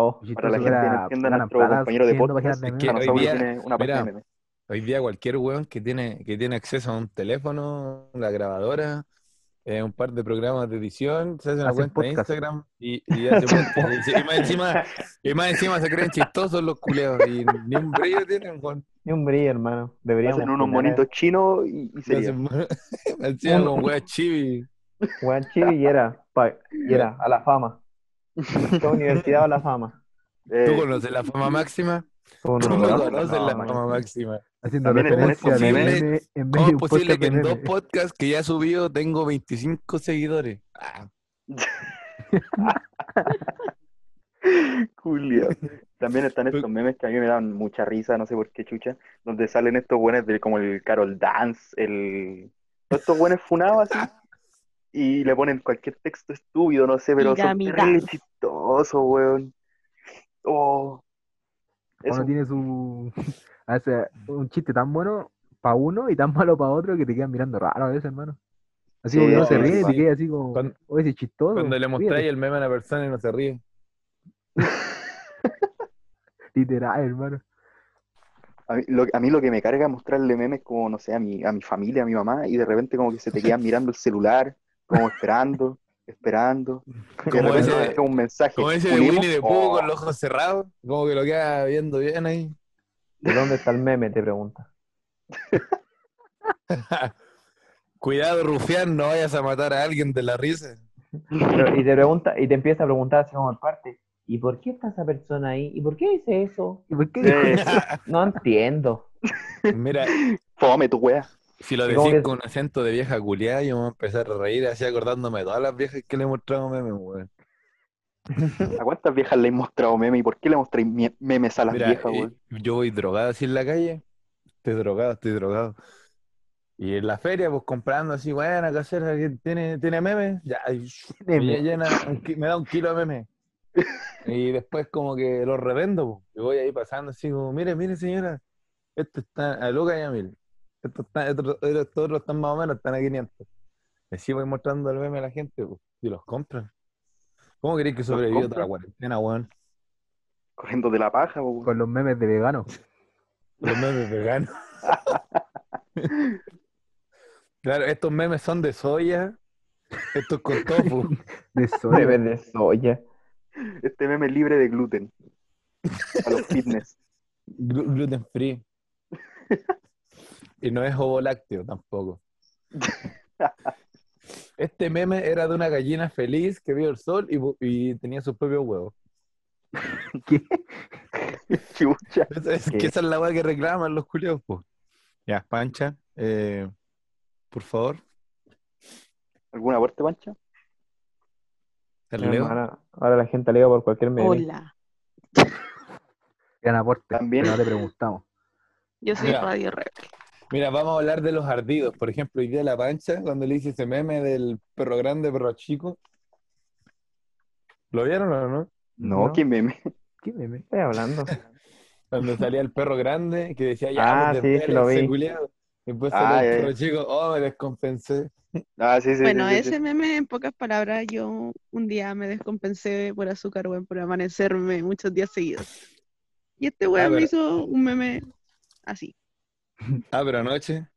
Speaker 5: Oh,
Speaker 6: Y si
Speaker 2: para
Speaker 6: tú
Speaker 2: la gente que
Speaker 6: supieras,
Speaker 2: no entienda,
Speaker 6: Fran
Speaker 2: nuestro
Speaker 6: Amparo
Speaker 2: compañero de
Speaker 6: haciendo
Speaker 2: podcast,
Speaker 6: páginas
Speaker 1: que-
Speaker 6: de
Speaker 2: a
Speaker 6: memes.
Speaker 1: hoy
Speaker 2: nosotros
Speaker 1: día-
Speaker 2: tiene una página de
Speaker 1: mira.
Speaker 2: memes.
Speaker 1: Hoy día cualquier weón que tiene, que tiene acceso a un teléfono, una grabadora, eh, un par de programas de edición, se hace una
Speaker 6: Hacen
Speaker 1: cuenta de
Speaker 6: podcast.
Speaker 1: Instagram y, y hace podcast. Y, más encima, y más encima se creen chistosos los culeos y ni un brillo tienen, weón.
Speaker 5: ni un brillo, hermano. Deberíamos.
Speaker 2: Hacen unos
Speaker 5: poner-
Speaker 2: monitos chinos y, y
Speaker 1: Se
Speaker 2: sería.
Speaker 1: hacen- más encima con weas chibi.
Speaker 5: Weón chibi y era, pa- y era a la fama. Esta universidad a la fama.
Speaker 1: ¿Tú
Speaker 2: Eh,
Speaker 1: conoces la fama máxima?
Speaker 5: Como
Speaker 1: ¿Tú
Speaker 5: no,
Speaker 1: no
Speaker 5: no,
Speaker 1: conoces
Speaker 5: no,
Speaker 1: la
Speaker 5: man.
Speaker 1: fama máxima?
Speaker 6: Haciendo
Speaker 2: También es como
Speaker 6: referencia al
Speaker 1: posible-
Speaker 6: meme en medio
Speaker 1: ¿Cómo
Speaker 6: de
Speaker 1: es
Speaker 6: un
Speaker 1: posible
Speaker 6: podcast
Speaker 1: que
Speaker 6: de
Speaker 1: en dos
Speaker 6: meme.
Speaker 1: podcasts que ya he subido tengo 25 seguidores? Ah,
Speaker 2: Julio. También están estos
Speaker 1: Pero-
Speaker 2: memes que a mí me dan mucha risa, no sé por qué chucha, donde salen estos buenos del, como el Carol Dance, el todos estos buenos funados así, y le ponen cualquier texto estúpido, no sé, pero son
Speaker 3: Origami
Speaker 2: terrible
Speaker 3: Dance.
Speaker 2: chistosos, weón. Oh, eso.
Speaker 6: Cuando tiene su. a veces un chiste tan bueno para uno y tan malo para otro que te quedan mirando raro a veces, hermano. Así
Speaker 2: Sí,
Speaker 6: como que no
Speaker 2: sí,
Speaker 6: se ríe y
Speaker 1: sí.
Speaker 6: te queda así como.
Speaker 1: Cuando-
Speaker 6: Oye, ese es chistoso.
Speaker 1: cuando le mostráis
Speaker 6: ríete".
Speaker 1: el meme a una persona y no se ríe.
Speaker 6: Literal, hermano.
Speaker 2: A mí, lo, a mí lo que me carga es mostrarle memes como, no sé, a mi, a mi familia, a mi mamá, y de repente como que se te quedan mirando el celular, como esperando, esperando. y de
Speaker 1: Como
Speaker 2: repente
Speaker 1: ese-
Speaker 2: te llega un mensaje.
Speaker 1: Como ese de
Speaker 2: ¿Unimos?
Speaker 1: Winnie de
Speaker 2: Oh.
Speaker 1: Pooh con los ojos cerrados, como que lo queda viendo bien ahí.
Speaker 5: ¿De dónde está el meme? Te pregunta.
Speaker 1: Cuidado, rufián, no vayas a matar a alguien de la risa.
Speaker 5: Pero- y te pregunta, y te empieza a preguntar así como parte. ¿Y por qué está esa persona ahí? ¿Y por qué dice eso?
Speaker 6: ¿Y por qué?
Speaker 2: Eh,
Speaker 5: No entiendo.
Speaker 1: Mira,
Speaker 2: Fome tu wea.
Speaker 1: si lo
Speaker 5: ¿Y cómo
Speaker 1: decís
Speaker 5: que-
Speaker 1: con un acento de vieja culiada, yo me voy a empezar a reír así acordándome de todas las viejas que le he mostrado memes, weón.
Speaker 2: ¿A cuántas viejas le he mostrado memes y por qué le mostráis mie- memes a las
Speaker 1: Mira, eh,
Speaker 2: viejas,
Speaker 1: y-
Speaker 2: weón?
Speaker 1: yo voy drogado así en la calle. Estoy drogado, estoy drogado. Y en la feria, pues comprando así, bueno, ¿qué hacer? ¿Alguien ¿Tiene, tiene memes? Ya, y-
Speaker 6: Tiene
Speaker 1: y me,
Speaker 6: memes.
Speaker 1: llena, un ki- me da un kilo de memes. Y después como que los revendo, po. y voy ahí pasando así como, mire, mire señora, esto está a Lucas y a mil. Estos está- estos- estos otros están más o menos, están a 500. Y así voy mostrando el meme a la gente, po, y los compran. ¿Cómo queréis que sobrevivió toda la cuarentena, weón?
Speaker 2: Corriendo de la paja, weón.
Speaker 6: Con los memes de vegano.
Speaker 1: Los memes veganos. claro, estos memes son de soya, estos con tofu.
Speaker 6: De soya.
Speaker 5: Meme de soya.
Speaker 2: Este meme es libre de gluten. A los fitness.
Speaker 1: Glu- gluten free. y no es ovo lácteo tampoco. Este meme era de una gallina feliz que vio el sol y, bu- y tenía sus propios huevos.
Speaker 6: ¿Qué?
Speaker 2: Chucha.
Speaker 1: Es, es
Speaker 5: Sí.
Speaker 1: que esa es la hueá que reclaman los culiados, po. Ya, Pancha, Eh, por favor,
Speaker 2: ¿Algún aporte, Pancho?
Speaker 1: te lo leo.
Speaker 5: Ahora, ahora la gente alega por cualquier medio.
Speaker 3: Hola,
Speaker 6: Gran aporte.
Speaker 2: También.
Speaker 6: pero no te preguntamos.
Speaker 3: yo soy
Speaker 1: Ya.
Speaker 3: Radio Rebel.
Speaker 1: Mira, vamos a hablar de los ardidos. Por ejemplo, hoy día la pancha, cuando le hice ese meme del perro grande, perro chico. ¿Lo vieron o no?
Speaker 2: No, ¿quién meme?
Speaker 6: ¿Qué meme?
Speaker 5: Estoy hablando.
Speaker 1: Cuando salía el perro grande, que decía, ya,
Speaker 5: Ah,
Speaker 1: pues,
Speaker 5: sí, sí
Speaker 1: desvélense,
Speaker 5: lo vi.
Speaker 1: culiao. Después
Speaker 2: Ah,
Speaker 1: salía el
Speaker 2: ya, ya.
Speaker 1: perro chico, oh, me descompensé.
Speaker 2: Ah, sí, sí.
Speaker 3: Bueno,
Speaker 2: sí, sí, sí.
Speaker 3: ese meme, en pocas palabras, yo un día me descompensé por azúcar, weón, por amanecerme muchos días seguidos. Y este weón me
Speaker 1: Ah, pero-
Speaker 3: hizo un meme así.
Speaker 1: Ah, pero anoche.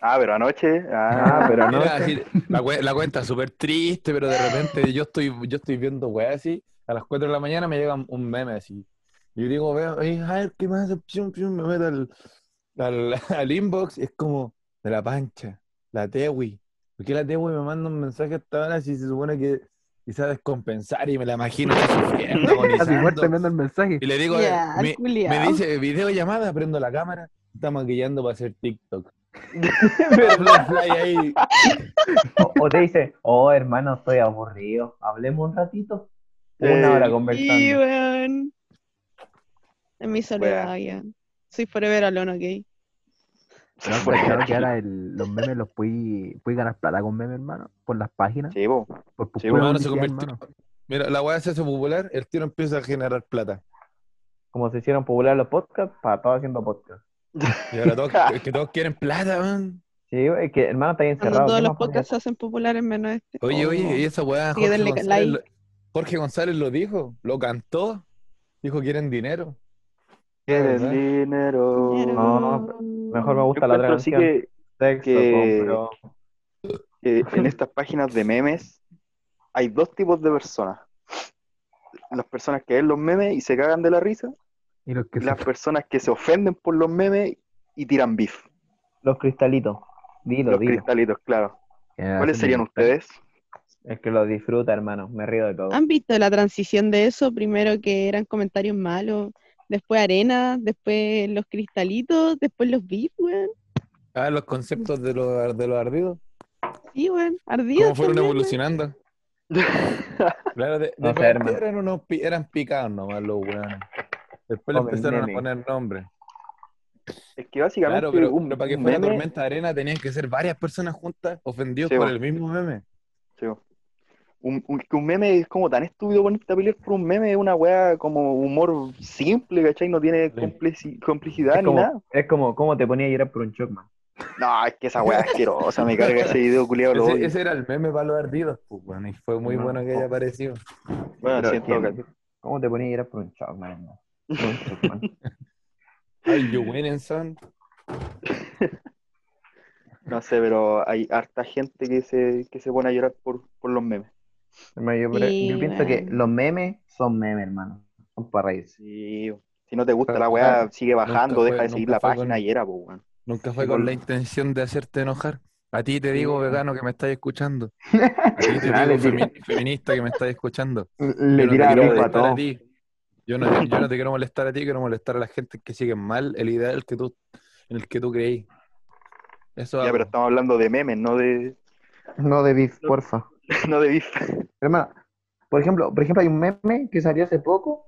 Speaker 2: Ah, pero anoche. Ah,
Speaker 5: Ah, pero no.
Speaker 1: Mira, así, la, cue- la cuenta súper triste, pero de repente yo estoy, yo estoy viendo weá así, a las 4 de la mañana me llega un meme así. Y yo digo, veo, "Ey, a ver, ¿qué más? Pium, pium, me meto al, al, al inbox, es como de la pancha, la Tewi. ¿Por qué la Tewi me manda un mensaje hasta ahora si se supone que quizás descompensar y me la imagino sufriendo,
Speaker 6: Casi muerto
Speaker 1: agonizando?
Speaker 6: enviando el mensaje.
Speaker 1: Y le digo,
Speaker 3: Ya,
Speaker 1: "Mi- me
Speaker 3: culiao.
Speaker 1: dice videollamada, prendo la cámara, está maquillando para hacer TikTok.
Speaker 2: pero-
Speaker 1: Los fly ahí.
Speaker 5: O, o te dice, oh hermano, estoy aburrido. Hablemos un ratito. Una
Speaker 2: Eh,
Speaker 5: hora
Speaker 3: Y
Speaker 5: conversando.
Speaker 3: weón. En mi soledad, ya. Soy forever alone, ok.
Speaker 6: ¿No han cachado que ahora el- los memes los pude, pude ganar plata con memes, hermano? Por las páginas.
Speaker 2: Sí, po.
Speaker 6: Por
Speaker 2: Sí,
Speaker 6: pura
Speaker 1: bueno, se
Speaker 6: publicidad,
Speaker 1: convirtió-
Speaker 6: hermano.
Speaker 1: Mira, la weá se hace popular, el tiro empieza a generar plata.
Speaker 5: Como se hicieron popular los podcasts, para todos haciendo podcasts.
Speaker 1: Y ahora todos, es que todos quieren plata, man.
Speaker 5: Sí, es que hermano está ahí
Speaker 3: Cuando
Speaker 5: encerrado.
Speaker 3: todos
Speaker 5: ¿qué
Speaker 3: los
Speaker 5: más podía
Speaker 3: podcasts se hacen populares menos este.
Speaker 1: Oye,
Speaker 3: Oh,
Speaker 1: oye, y esa weá,
Speaker 3: Sí,
Speaker 1: Jorge,
Speaker 3: denle
Speaker 1: González,
Speaker 3: like.
Speaker 1: lo- Jorge González lo dijo, lo cantó. Dijo, quieren dinero.
Speaker 2: Quieren
Speaker 1: ¿Verdad?
Speaker 2: dinero.
Speaker 3: dinero.
Speaker 5: Uh, No, no, hacer? Mejor me
Speaker 2: Yo
Speaker 5: gusta la otra
Speaker 2: encuentro sí
Speaker 5: canción.
Speaker 2: que,
Speaker 5: Sexo,
Speaker 2: que-
Speaker 5: compro.
Speaker 2: que eh, en estas páginas de memes hay dos tipos de personas. Las personas que ven los memes y se cagan de la risa.
Speaker 6: Y los que
Speaker 2: Y
Speaker 6: se-
Speaker 2: las personas que se ofenden por los memes y tiran beef.
Speaker 5: Los cristalitos. Dilo,
Speaker 2: los
Speaker 5: dilo.
Speaker 2: cristalitos, claro.
Speaker 1: Ah,
Speaker 6: generación
Speaker 2: ¿Cuáles serían
Speaker 6: digital.
Speaker 2: ustedes?
Speaker 5: Es que lo disfruta, hermano. Me río de todo.
Speaker 3: ¿Han visto la transición de eso? Primero que eran comentarios malos, después arena, después los cristalitos, después los beef, weón.
Speaker 1: Ah, los conceptos de los, de los ardidos.
Speaker 3: Sí, weón. Ardidos.
Speaker 1: ¿Cómo fueron
Speaker 3: también,
Speaker 1: evolucionando? Claro, de, de
Speaker 5: No sé,
Speaker 1: partida
Speaker 5: hermano.
Speaker 1: eran, unos, pi- eran picados nomás los weones. Después le
Speaker 5: Como el
Speaker 1: empezaron a
Speaker 5: meme.
Speaker 1: poner nombres.
Speaker 2: Es que básicamente
Speaker 1: Claro, pero,
Speaker 2: un
Speaker 1: pero para que fuera
Speaker 2: meme-
Speaker 1: tormenta de arena tenían que ser varias personas juntas ofendidos
Speaker 2: Sí,
Speaker 1: por
Speaker 2: bo.
Speaker 1: el mismo meme.
Speaker 2: Sí, bo. un, un- que un meme es como tan estúpido ponerte a pelear por un meme, es una weá como humor simple, ¿cachai? No tiene compleci- complejidad
Speaker 5: es,
Speaker 2: ni nada.
Speaker 5: como, es como, ¿cómo te ponía a llorar por un chocman?
Speaker 2: No, es que esa weá es asquerosa, me carga ese video culiado, lo
Speaker 1: Ese,
Speaker 2: odio.
Speaker 1: ese era el meme para los ardidos, pues, weón, y fue muy
Speaker 5: No,
Speaker 1: bueno que
Speaker 5: no.
Speaker 1: haya aparecido.
Speaker 2: Bueno,
Speaker 5: Pero
Speaker 2: sí, en todo
Speaker 5: entiendo. ¿Cómo te ponía a llorar por un chocman, hermano? Por un chocman.
Speaker 1: Ay, you winning, son.
Speaker 2: caso. no sé, pero hay harta gente que se, que se pone a llorar por, por los memes.
Speaker 5: Hermano, yo, pero-
Speaker 3: Sí,
Speaker 5: yo pienso que
Speaker 3: weón.
Speaker 5: los memes son memes, hermano. Son para reírse.
Speaker 2: Sí, si no te gusta la
Speaker 1: Claro,
Speaker 2: weá,
Speaker 1: claro.
Speaker 2: sigue
Speaker 1: Nunca
Speaker 2: bajando,
Speaker 1: fue-
Speaker 2: deja de seguir
Speaker 1: nunca
Speaker 2: la
Speaker 1: fue
Speaker 2: página
Speaker 1: con-
Speaker 2: y era, po, weón.
Speaker 1: Nunca fue
Speaker 2: Sí,
Speaker 1: con
Speaker 2: por-
Speaker 1: la intención de hacerte enojar. A ti te digo,
Speaker 5: Sí.
Speaker 1: vegano, que me estás escuchando. A ti te
Speaker 5: Dale,
Speaker 1: digo, femi- feminista, que me estás escuchando. yo
Speaker 5: Le
Speaker 1: no te
Speaker 5: tira
Speaker 1: quiero
Speaker 5: la
Speaker 1: molestar a
Speaker 5: todo.
Speaker 1: ti. Yo no, yo no te quiero molestar a ti, quiero molestar a la gente que siguen mal el ideal que tú, en el que tú creí. Eso
Speaker 2: Ya,
Speaker 1: hago.
Speaker 2: pero estamos hablando de memes, no de,
Speaker 5: No de beef, porfa.
Speaker 2: no de beef.
Speaker 5: Hermano, por ejemplo, por ejemplo, hay un meme que salió hace poco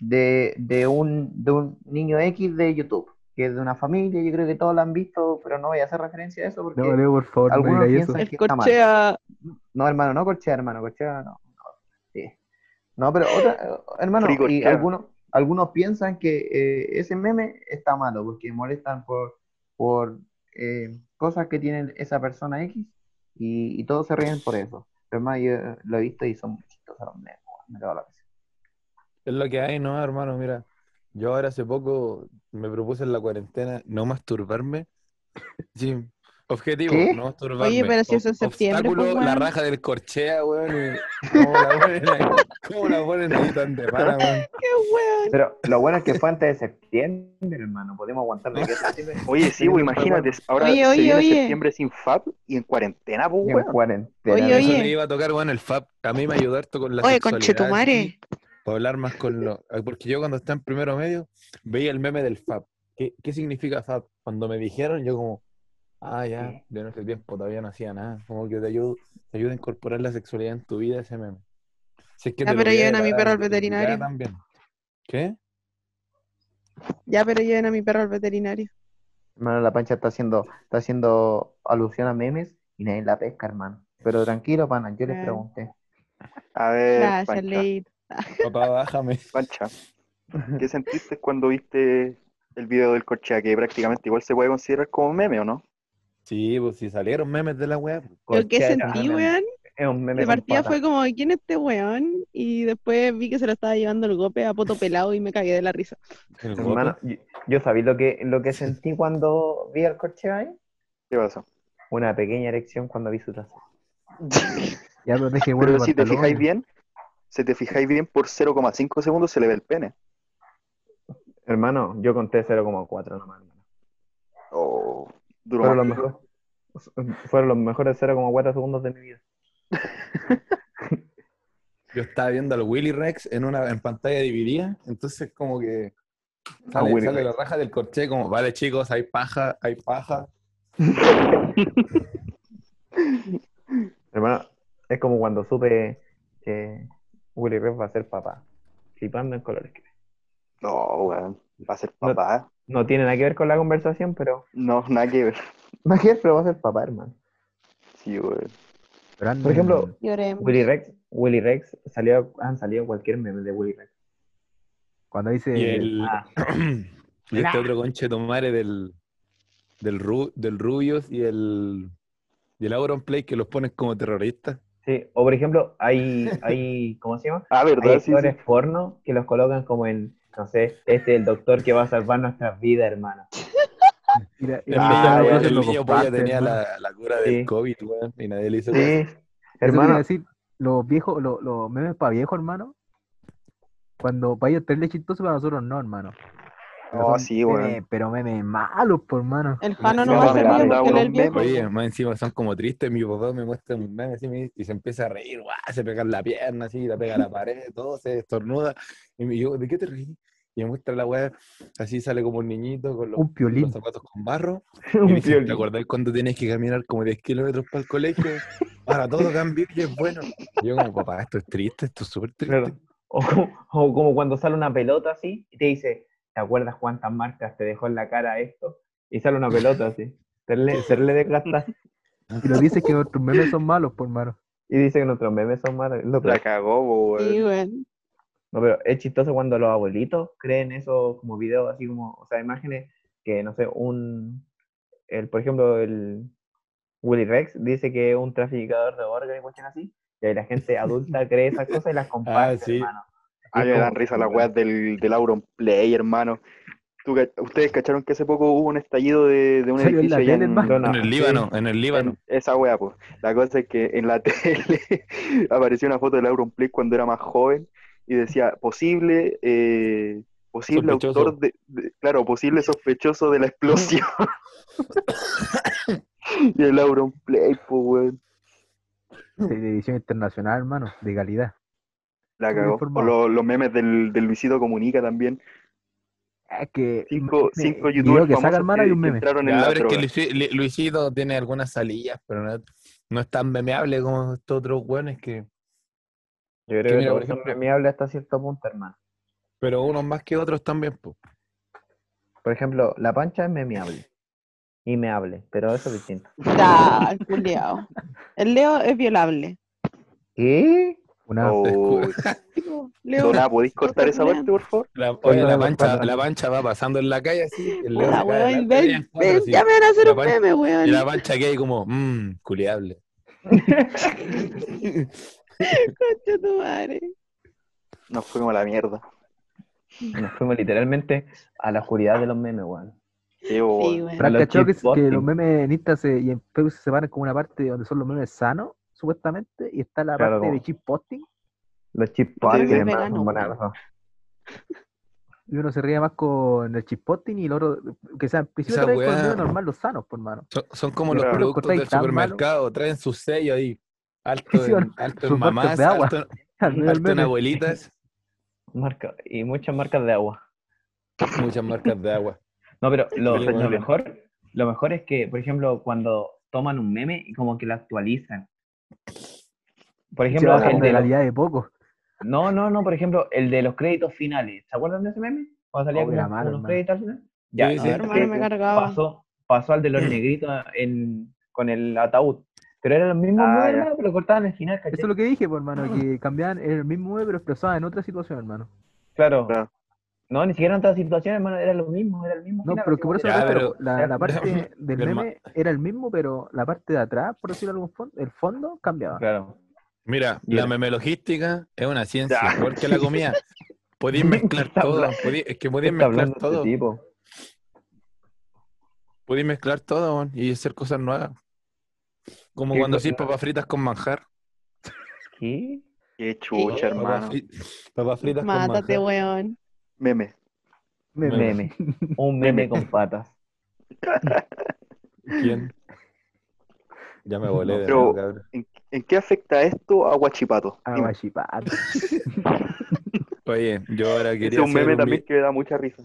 Speaker 5: de, de un, de un niño X de YouTube, que es de una familia, yo creo que todos lo han visto, pero no voy a hacer referencia a eso porque...
Speaker 6: No, Leo, por favor, no
Speaker 5: Algunos
Speaker 6: digáis eso.
Speaker 5: piensan-
Speaker 3: El
Speaker 5: Aquí está mal.
Speaker 3: corchea.
Speaker 5: No, hermano, no corchea, hermano, corchea no. no, sí. No, pero otra, hermano,
Speaker 2: Free
Speaker 5: y
Speaker 2: corchea.
Speaker 5: algunos, algunos piensan que eh, ese meme está malo porque molestan por, por eh, cosas que tiene esa persona X y, y todos se ríen por eso. Pero hermano, yo lo he visto y son muy chistosos los memes, weón, me cago en la risa.
Speaker 1: Es lo que hay, ¿no, hermano? Mira, yo ahora hace poco me propuse en la cuarentena no masturbarme. Sí, objetivo,
Speaker 5: ¿Qué?
Speaker 1: no masturbarme.
Speaker 3: Oye, pero si
Speaker 1: Ob-
Speaker 3: eso es septiembre,
Speaker 1: Obstáculo,
Speaker 3: pues,
Speaker 1: la
Speaker 3: weón.
Speaker 1: raja del corchea, weón. y ¿Cómo la ponen ahí, cómo la ponen ahí tan de pana, weón?
Speaker 3: ¡Qué weón!
Speaker 5: Pero lo bueno es que fue antes de septiembre, hermano, podemos aguantar de que septiembre
Speaker 2: Oye, sí,
Speaker 5: Tenemos
Speaker 2: pues
Speaker 5: un
Speaker 2: imagínate, ahora
Speaker 3: Oye,
Speaker 2: se
Speaker 3: oye,
Speaker 2: viene
Speaker 3: oye.
Speaker 2: septiembre sin FAP y en cuarentena, pues,
Speaker 5: y en
Speaker 2: weón.
Speaker 5: cuarentena.
Speaker 3: Oye,
Speaker 5: ¿no?
Speaker 1: Eso
Speaker 3: oye.
Speaker 1: le iba a tocar, weón, el FAP. A mí me ayudó harto con la
Speaker 3: Oye,
Speaker 1: sexualidad,
Speaker 3: conchetumare.
Speaker 1: así, Para hablar más con los... Porque yo cuando estaba en primero medio veía el meme del FAP. ¿Qué, qué significa FAP? Cuando me dijeron, yo como... Ah, ya, yo en ese tiempo todavía no hacía nada. Como que te ayuda, te ayuda a incorporar la sexualidad en tu vida ese meme. Si es que te
Speaker 3: Ya,
Speaker 5: Ah,
Speaker 1: lo
Speaker 3: pero
Speaker 1: voy
Speaker 3: lleven a mi
Speaker 1: dar
Speaker 3: perro al
Speaker 1: de publicidad
Speaker 3: veterinario.
Speaker 1: También. ¿Qué?
Speaker 3: Ya, pero lleven a mi perro al veterinario.
Speaker 5: Hermano, la pancha está haciendo, está haciendo alusión a memes y nadie la pesca, hermano. Pero tranquilo, pana, yo les
Speaker 3: Claro.
Speaker 5: pregunté.
Speaker 2: A
Speaker 5: Eh,
Speaker 2: ver,
Speaker 3: Gracias,
Speaker 2: Pancha,
Speaker 3: Leito.
Speaker 1: Papá, bájame.
Speaker 2: Pancha, ¿qué sentiste cuando viste el video del corchea? Que prácticamente igual se puede considerar como meme, ¿o no?
Speaker 1: Sí, pues si salieron memes de la web.
Speaker 3: Yo qué
Speaker 5: Corchea era
Speaker 3: sentí,
Speaker 5: meme.
Speaker 3: weón.
Speaker 5: Es un meme
Speaker 3: De
Speaker 5: con
Speaker 3: partida
Speaker 5: pata.
Speaker 3: fue como, ¿quién es este weón? Y después vi que se lo estaba llevando el golpe a poto pelado y me cagué de la risa.
Speaker 1: El
Speaker 5: Hermano,
Speaker 1: Goto.
Speaker 5: yo, yo sabí lo que, lo que sentí cuando vi al corchea ahí.
Speaker 2: ¿Qué pasó?
Speaker 5: Una pequeña erección cuando vi su trasero.
Speaker 6: Ya, pero deje bueno
Speaker 2: Pero
Speaker 6: el
Speaker 2: si te
Speaker 6: pantalón.
Speaker 2: fijáis bien, si te fijáis bien, por 0,5 segundos se le ve el pene.
Speaker 5: Hermano, yo conté 0,4 nomás. hermano.
Speaker 2: Oh, duró
Speaker 5: Fueron los,
Speaker 2: más.
Speaker 5: mejores, fueron los mejores 0,4 segundos de mi vida.
Speaker 1: Yo estaba viendo al Willy Rex en una en pantalla dividida, entonces como que
Speaker 5: Ah,
Speaker 1: sale,
Speaker 5: Willy
Speaker 1: sale
Speaker 5: Rex.
Speaker 1: la raja del corché como, vale chicos, hay paja, hay paja.
Speaker 5: Hermano, es como cuando supe que Willy Rex va a ser papá. Flipando en colores.
Speaker 2: No, weón. Va a ser papá.
Speaker 5: No tiene nada que ver con la conversación, pero.
Speaker 2: No, nada que ver.
Speaker 5: Nada que ver, pero va a ser papá, hermano.
Speaker 2: Sí, weón.
Speaker 6: Pero anden-
Speaker 5: Por
Speaker 2: Mm.
Speaker 5: ejemplo,
Speaker 3: Lloré.
Speaker 5: Willy Rex, Willy Rex salió, han salido cualquier meme de Willy Rex.
Speaker 6: cuando dice.
Speaker 1: Y el
Speaker 5: Ah.
Speaker 1: y este otro conche tomare del del, Ru- del Rubius y el y el Auron Play que los ponen como terroristas.
Speaker 5: Sí, o por ejemplo, hay, hay ¿cómo se llama?
Speaker 2: Ah,
Speaker 5: Hay
Speaker 2: ¿verdad? Sí,
Speaker 5: actores
Speaker 2: sí.
Speaker 5: porno que los colocan como en, no sé, este es el doctor que va a salvar nuestras vidas, hermano.
Speaker 6: Mira,
Speaker 1: El
Speaker 6: eso
Speaker 2: Ah,
Speaker 6: ya-
Speaker 1: niño,
Speaker 2: ya,
Speaker 6: eso
Speaker 1: el
Speaker 6: lo
Speaker 1: niño
Speaker 6: comparten,
Speaker 1: polla tenía
Speaker 6: hermano.
Speaker 1: la, la cura del
Speaker 5: Sí.
Speaker 1: COVID, weón, y nadie le hizo caso.
Speaker 5: Sí,
Speaker 6: Eso quería
Speaker 5: hermano,
Speaker 6: decir, los viejos, los, los memes para viejos, hermano. Cuando para ellos tres chistoso, para nosotros no, hermano. Pero
Speaker 2: No,
Speaker 6: son
Speaker 2: sí,
Speaker 6: memes-
Speaker 2: weón.
Speaker 6: Pero memes malos, por hermano.
Speaker 3: El Jano
Speaker 2: Me
Speaker 3: no va a
Speaker 2: va a
Speaker 3: ser
Speaker 2: mandar
Speaker 3: mío porque él es el
Speaker 2: unos memes.
Speaker 3: viejo.
Speaker 1: Oye, más encima son como tristes, mi papá me muestra un meme así me dice- y se empieza a reír, guau, se pega en la pierna, así, la pega a la pared, todo, se estornuda. Y me- yo, ¿de qué te reí? Y me muestra la weá, así sale como un niñito con los,
Speaker 6: Un piolín.
Speaker 1: los zapatos con barro. Y me
Speaker 5: un
Speaker 1: dice, ¿te
Speaker 5: violín.
Speaker 1: acordás cuando tenías que caminar como 10 kilómetros para el colegio? Para todo cambiar y es bueno. Y yo como, papá, esto es triste, esto es súper triste.
Speaker 5: Claro. O como, o como cuando sale una pelota así y te dice, ¿te acuerdas cuántas marcas te dejó en la cara esto? Y sale una pelota así. Serle, serle de plata.
Speaker 6: Y lo dice que nuestros memes son malos, por hermano.
Speaker 5: Y dice que nuestros memes son malos. No, pero,
Speaker 2: La cagó, pues,
Speaker 3: Sí,
Speaker 2: weón.
Speaker 3: weón.
Speaker 5: no, pero es chistoso cuando los abuelitos creen eso como videos, así como, o sea, imágenes que, no sé, un, el, por ejemplo, el Willy Rex dice que es un traficador de órganos y cuestiones así. Y ahí la gente adulta cree esas cosas y las comparte,
Speaker 1: Ah, sí.
Speaker 5: hermano.
Speaker 2: Ah, me dan risa las weas del, del Auron Play, hermano. Tú ca- Ustedes cacharon que hace poco hubo un estallido de, de un
Speaker 6: Salió en
Speaker 2: edificio
Speaker 6: la
Speaker 2: allá
Speaker 6: tele,
Speaker 2: en-
Speaker 6: hermano.
Speaker 5: Dona-
Speaker 1: En el Líbano, en el
Speaker 2: en
Speaker 1: Líbano.
Speaker 2: esa wea, pues. La cosa es que en la tele apareció una foto del Auron Play cuando era más joven y decía posible, eh, posible
Speaker 1: Sospechoso.
Speaker 2: autor de, de- claro, posible sospechoso de la explosión. y el Auron Play, pues, weón.
Speaker 6: De edición internacional, hermano, de calidad.
Speaker 2: La
Speaker 6: Muy
Speaker 2: cagó. O
Speaker 6: informado.
Speaker 2: lo- los memes del, del Luisito Comunica también.
Speaker 6: Es que.
Speaker 2: Cinco,
Speaker 6: me-
Speaker 2: cinco
Speaker 6: Este video
Speaker 2: youtubers
Speaker 6: que saca,
Speaker 2: famosos
Speaker 6: hermano,
Speaker 2: que-
Speaker 6: y un
Speaker 2: que
Speaker 6: meme.
Speaker 2: entraron en
Speaker 1: Ya,
Speaker 2: la
Speaker 1: pero es
Speaker 2: droga.
Speaker 1: que Luisi- Lu- Luisito tiene algunas salidas, pero no, no es tan memeable como estos otros weones que.
Speaker 5: Yo creo
Speaker 1: Que
Speaker 5: que,
Speaker 1: mira,
Speaker 5: todo
Speaker 1: por
Speaker 5: eso
Speaker 1: ejemplo-
Speaker 5: me habla hasta cierto punto, hermano.
Speaker 1: Pero unos más que otros también, po.
Speaker 5: Por ejemplo, la pancha es memeable. Y me hable, pero eso es distinto.
Speaker 3: Ya, el culiao. El Leo es violable.
Speaker 5: ¿Qué?
Speaker 6: Una-
Speaker 2: Oh,
Speaker 3: Leo,
Speaker 2: Dona, ¿podéis cortar esa parte, por favor?
Speaker 1: La, oye, la
Speaker 5: Cuéntame,
Speaker 1: pancha,
Speaker 5: cuéntame.
Speaker 1: la pancha va pasando en la calle así. El Leo
Speaker 3: puta,
Speaker 1: se cae
Speaker 3: weón,
Speaker 1: adelante,
Speaker 3: ven,
Speaker 1: y en cuatro,
Speaker 3: ven,
Speaker 1: así.
Speaker 3: ya me van a hacer
Speaker 1: La
Speaker 3: un
Speaker 1: pan-
Speaker 3: meme,
Speaker 1: Y la
Speaker 3: weón.
Speaker 1: pancha que hay como, mmm, culiable.
Speaker 3: Concha tu madre.
Speaker 2: Nos fuimos a la mierda.
Speaker 5: Nos fuimos literalmente a la oscuridad de los memes, weón.
Speaker 2: Sí,
Speaker 1: Oh,
Speaker 2: weón.
Speaker 3: Sí, weón.
Speaker 6: Pero has
Speaker 5: Los
Speaker 6: cachado que,
Speaker 5: chip posting.
Speaker 6: que los memes en Insta se- y en Facebook se separan como una parte donde son los memes sanos, supuestamente, y está la
Speaker 5: Claro,
Speaker 6: parte
Speaker 5: como-
Speaker 6: de chip posting,
Speaker 5: Los chip
Speaker 3: Ustedes
Speaker 5: posting,
Speaker 3: son
Speaker 5: hermano,
Speaker 3: veganos,
Speaker 5: son
Speaker 3: weón.
Speaker 5: buenazos.
Speaker 6: y uno se ríe más con el chip posting y el otro, que sea, en principio
Speaker 1: Esa
Speaker 6: trae con
Speaker 1: weá-
Speaker 6: memes normal los sanos, pues, por mano.
Speaker 1: Son, son como los
Speaker 2: Claro.
Speaker 1: productos
Speaker 6: Cortáis
Speaker 1: del
Speaker 6: tan malo.
Speaker 1: supermercado, traen su sello ahí. Alto
Speaker 6: Sí,
Speaker 1: en,
Speaker 6: bueno,
Speaker 1: alto en
Speaker 6: sus marcas
Speaker 1: mamás,
Speaker 6: de agua.
Speaker 1: alto, en-
Speaker 6: Al menos el
Speaker 1: alto en
Speaker 6: meme.
Speaker 1: abuelitas,
Speaker 5: Marca, y muchas marcas de agua.
Speaker 1: muchas marcas de agua.
Speaker 5: No, pero lo,
Speaker 1: Oye,
Speaker 5: lo
Speaker 1: weón.
Speaker 5: mejor Lo mejor es que, por ejemplo, cuando toman un meme y como que lo actualizan. Por
Speaker 6: Se
Speaker 5: ejemplo,
Speaker 6: va
Speaker 5: el
Speaker 6: bajando
Speaker 5: de
Speaker 6: la
Speaker 5: los-
Speaker 6: calidad de poco.
Speaker 5: no, no, no, por ejemplo, el de los créditos finales. ¿Se acuerdan de ese meme? Cuando salía
Speaker 6: Oh,
Speaker 5: con
Speaker 6: la
Speaker 5: los-
Speaker 6: mano,
Speaker 5: con los
Speaker 6: hermano.
Speaker 5: créditos al final. Ya,
Speaker 1: Sí, sí.
Speaker 5: ese
Speaker 3: Hermano, me cargaba.
Speaker 5: pasó, pasó al de los negritos en- con el ataúd. Pero eran los mismos
Speaker 2: Ah,
Speaker 5: memes,
Speaker 2: ya.
Speaker 5: hermano, pero cortaban el final, ¿cachai?
Speaker 6: Eso es lo que dije, pues, hermano, que cambiaban el mismo nueve, pero expresaban en otra situación, hermano.
Speaker 5: Claro.
Speaker 2: Claro.
Speaker 5: No, ni siquiera en otras situaciones, hermano, era lo mismo, era el mismo.
Speaker 6: No,
Speaker 5: final,
Speaker 6: pero que por
Speaker 5: así ah,
Speaker 6: eso
Speaker 1: Ya,
Speaker 6: me refiero,
Speaker 1: pero-
Speaker 6: po, la, la parte del
Speaker 1: herma-
Speaker 6: meme era el mismo, pero la parte de atrás, por decirlo de algún fondo, el fondo cambiaba.
Speaker 5: como- Claro.
Speaker 1: Mira, la
Speaker 5: Mira.
Speaker 1: memelogística es una ciencia,
Speaker 2: Ya.
Speaker 1: igual que la comida. Podéis mezclar
Speaker 5: Está
Speaker 1: todo,
Speaker 5: hablando-
Speaker 1: podí- es que
Speaker 5: ¿Qué
Speaker 1: podéis
Speaker 5: está
Speaker 1: mezclar
Speaker 5: hablando este
Speaker 1: todo,
Speaker 5: tipo?
Speaker 1: podéis mezclar todo weón, y hacer cosas nuevas. Como
Speaker 5: ¿Qué
Speaker 1: cuando
Speaker 5: cosa?
Speaker 1: hacís papas fritas con manjar.
Speaker 5: ¿Qué?
Speaker 2: Qué chucha,
Speaker 3: Sí.
Speaker 2: hermano.
Speaker 1: Papas, fri- papas fritas con manjar.
Speaker 3: Mátate, weón.
Speaker 2: Meme.
Speaker 6: Meme.
Speaker 5: Meme. Un meme con patas.
Speaker 1: ¿Quién? Ya me volé de
Speaker 2: Pero-
Speaker 1: nuevo, cabrón.
Speaker 2: ¿En, en qué afecta esto a Guachipato? Dime.
Speaker 6: Aguachipato.
Speaker 1: Oye, yo ahora
Speaker 2: Ese
Speaker 1: quería
Speaker 2: es un
Speaker 1: hacer
Speaker 2: meme
Speaker 1: un vi-
Speaker 2: también que me da mucha risa.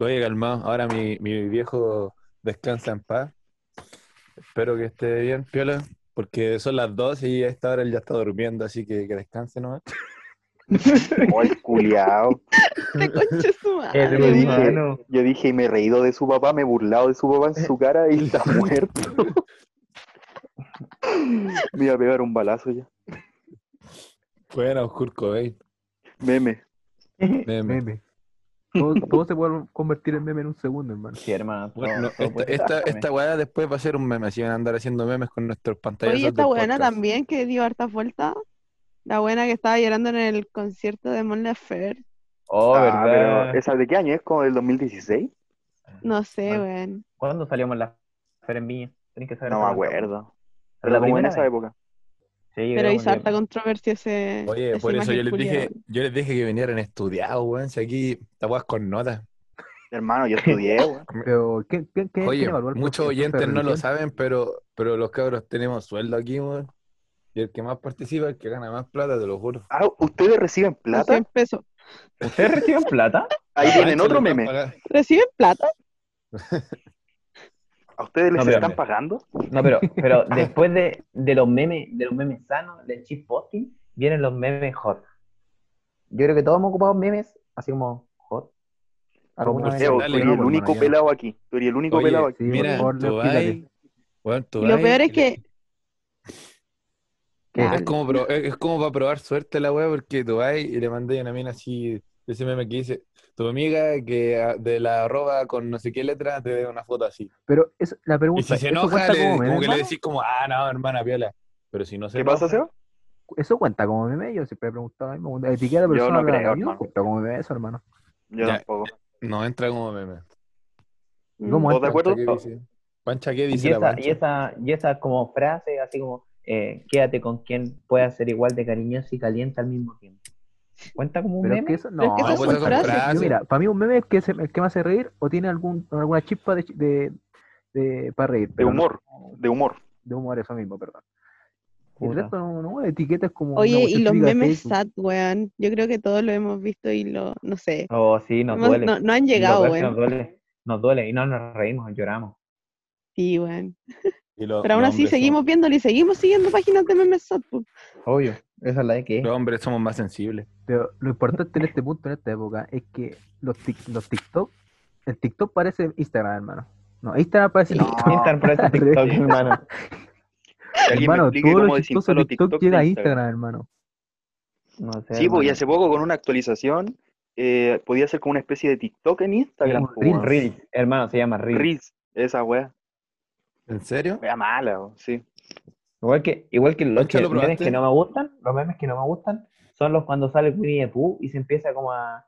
Speaker 1: Oye, calmado, ahora mi, mi viejo descansa en paz. Espero que esté bien, Piola, porque son las 12 y a esta hora él ya está durmiendo, así que que descanse nomás.
Speaker 2: Oh, el culiao.
Speaker 3: Te conche su
Speaker 5: El
Speaker 2: Yo
Speaker 3: madre.
Speaker 2: dije-
Speaker 5: hermano.
Speaker 2: Yo dije, y me he reído de su papá, me he burlado de su papá en su cara y está muerto. me iba a pegar un balazo ya.
Speaker 1: Bueno, Kurt Cobain.
Speaker 2: Meme.
Speaker 1: Meme.
Speaker 6: Meme. Todo, todo se puede convertir en meme en un segundo, hermano.
Speaker 5: Sí, hermano.
Speaker 1: Bueno, este,
Speaker 5: todo-
Speaker 1: esta,
Speaker 5: todo puede
Speaker 1: esta,
Speaker 5: ser meme.
Speaker 1: esta weá después va a ser un meme, así van a andar haciendo memes con nuestros pantallazos
Speaker 3: Oye, esta
Speaker 1: del
Speaker 3: buena
Speaker 1: podcast.
Speaker 3: también que dio harta vuelta. La buena que estaba llorando en el concierto de Mon Laferte.
Speaker 5: Oh,
Speaker 2: Ah,
Speaker 5: verdad.
Speaker 2: pero ¿Esa de qué año es? ¿Como del 2016?
Speaker 3: No sé,
Speaker 1: Ah,
Speaker 5: Mal.
Speaker 3: weón.
Speaker 5: ¿Cuándo salíamos la feria en Viña? Tenés que saber.
Speaker 2: No me
Speaker 5: cuándo.
Speaker 2: acuerdo.
Speaker 5: Pero la
Speaker 2: Pero como en
Speaker 5: primera
Speaker 2: esa
Speaker 5: vez.
Speaker 2: época.
Speaker 5: Sí, yo
Speaker 3: Pero
Speaker 5: creo
Speaker 3: hizo
Speaker 5: que-
Speaker 3: harta controversia ese.
Speaker 1: Oye,
Speaker 3: esa
Speaker 1: por eso yo
Speaker 3: imagen
Speaker 1: les dije,
Speaker 3: culiao.
Speaker 1: yo les dije que vinieran estudiados, weón, si aquí te weas con notas.
Speaker 2: Hermano, yo estudié, weón.
Speaker 6: Pero, ¿qué, qué, qué
Speaker 1: Oye,
Speaker 6: quién evaluó el
Speaker 1: muchos
Speaker 6: profe- el profe de
Speaker 1: oyentes no lo
Speaker 6: religión?
Speaker 1: saben, pero, pero los cabros tenemos sueldo aquí, weón. Y el que más participa, el que gana más plata, te lo juro.
Speaker 2: Ah, ¿ustedes reciben plata?
Speaker 3: 100 pesos.
Speaker 5: ¿Ustedes reciben plata?
Speaker 2: Ahí
Speaker 1: Ah,
Speaker 2: vienen
Speaker 1: se
Speaker 2: otro
Speaker 1: le va a
Speaker 2: meme.
Speaker 1: pagar.
Speaker 3: ¿Reciben plata?
Speaker 2: ¿A ustedes les
Speaker 5: No, pero-
Speaker 2: están pagando?
Speaker 5: No, pero, pero después de, de los memes, de los memes sanos, del chip posting, vienen los memes hot. Yo creo que todos hemos ocupado memes, así como hot. Alguna
Speaker 1: Como
Speaker 5: vez.
Speaker 2: Leo, tú
Speaker 1: dale,
Speaker 2: eres
Speaker 1: no,
Speaker 2: el
Speaker 1: pues,
Speaker 2: único
Speaker 6: hermano, ya.
Speaker 2: pelado aquí. Tú eres el único
Speaker 1: Oye,
Speaker 2: pelado aquí.
Speaker 6: Sí,
Speaker 1: Mira,
Speaker 6: por favor,
Speaker 1: tú
Speaker 6: Leo,
Speaker 1: vas,
Speaker 6: explícate.
Speaker 1: weón, tú
Speaker 3: Y lo
Speaker 1: vas
Speaker 3: peor es
Speaker 1: y-
Speaker 3: que.
Speaker 6: ¿Qué?
Speaker 1: Es como, pro- es es como para probar suerte la weá, porque tú vas y le mandé una mina así, ese meme que dice, tu amiga que ah, de la arroba con no sé qué letra te dé una foto así.
Speaker 6: Pero es, la
Speaker 1: Y
Speaker 6: pregunta,
Speaker 1: si se
Speaker 6: ¿eso
Speaker 1: enoja,
Speaker 6: cuenta
Speaker 1: le-
Speaker 6: como
Speaker 1: como,
Speaker 6: meme,
Speaker 1: que le
Speaker 6: hermano?
Speaker 1: decís como, ah, no, hermana, piola. Pero si no se
Speaker 2: ¿Qué pasa,
Speaker 1: enoja-
Speaker 2: Seba?
Speaker 6: ¿Eso cuenta como meme? Yo siempre he preguntado lo mismo. La etiqueta de
Speaker 2: Yo no
Speaker 6: persona la-
Speaker 2: creo,
Speaker 6: no
Speaker 2: hermano.
Speaker 6: cuenta como meme eso, hermano.
Speaker 2: Yo
Speaker 1: Ya.
Speaker 2: tampoco.
Speaker 1: No entra como meme.
Speaker 3: mm,
Speaker 6: ¿Cómo
Speaker 2: ¿Todos de
Speaker 1: Pancha,
Speaker 2: acuerdo?
Speaker 1: ¿qué dice? Pancha, ¿qué dice
Speaker 5: Y
Speaker 1: la
Speaker 5: esa,
Speaker 1: Pancha?
Speaker 5: y, esa, y esa como frase, así como, eh, quédate con quien pueda ser igual de cariñoso y caliente al mismo tiempo. ¿Cuenta como un
Speaker 6: Pero es
Speaker 5: meme?
Speaker 6: que eso no.
Speaker 3: Pero es que esas
Speaker 6: pues
Speaker 3: son
Speaker 6: eso-
Speaker 3: frases.
Speaker 6: yo, mira, para mí un meme es que, se- que me hace reír o tiene algún, alguna chispa de, chi- de, de- para reír.
Speaker 2: De
Speaker 6: pero no-
Speaker 2: humor, de humor.
Speaker 6: de humor, eso mismo, perdón. Y El
Speaker 5: Puta.
Speaker 6: resto no, no, etiquetas como. una
Speaker 3: Oye, y
Speaker 6: cuestión
Speaker 3: los
Speaker 6: típica de
Speaker 3: memes
Speaker 6: Facebook.
Speaker 3: sad, weón. Yo creo que todos lo hemos visto y lo. No sé.
Speaker 5: Oh, sí, nos
Speaker 3: Hemos-
Speaker 5: duele.
Speaker 3: no, no han
Speaker 5: Lo
Speaker 3: llegado,
Speaker 5: peor es que
Speaker 3: weón.
Speaker 5: Nos duele, nos duele y no nos reímos, lloramos.
Speaker 3: Sí, weón.
Speaker 1: Y los-
Speaker 3: Pero aún
Speaker 1: los
Speaker 3: así
Speaker 1: hombres
Speaker 3: seguimos
Speaker 1: somos-
Speaker 3: viéndolo y seguimos siguiendo páginas de memes sad. po.
Speaker 5: Obvio, esa es la de que es.
Speaker 1: Los hombres somos más sensibles.
Speaker 6: Pero lo importante en este punto, en esta época, es que los, tic- los TikTok. El TikTok parece Instagram, hermano. No, Instagram parece
Speaker 2: No.
Speaker 6: TikTok.
Speaker 5: Instagram parece TikTok, hermano.
Speaker 2: Que alguien me
Speaker 6: Hermano,
Speaker 2: explique
Speaker 6: todo
Speaker 2: cómo
Speaker 6: lo chistoso
Speaker 2: desinstalo
Speaker 6: de TikTok llega a
Speaker 2: de
Speaker 6: Instagram, hermano.
Speaker 5: No sé,
Speaker 2: Sí, pues, y
Speaker 5: hermano.
Speaker 2: hace poco con una actualización eh, podía ser como una especie de TikTok en Instagram.
Speaker 6: Un
Speaker 2: po,
Speaker 6: reel,
Speaker 2: weón.
Speaker 5: Reels, hermano, se llama Reels.
Speaker 2: Reels, esa wea.
Speaker 1: ¿En serio?
Speaker 2: Wea mala, weón, sí.
Speaker 5: Igual que, igual que los
Speaker 1: Pancho,
Speaker 5: que-
Speaker 1: ¿lo
Speaker 5: memes
Speaker 1: probaste?
Speaker 5: que no me gustan, los memes que no me gustan son los cuando sale Winnie the Pooh y se empieza como a,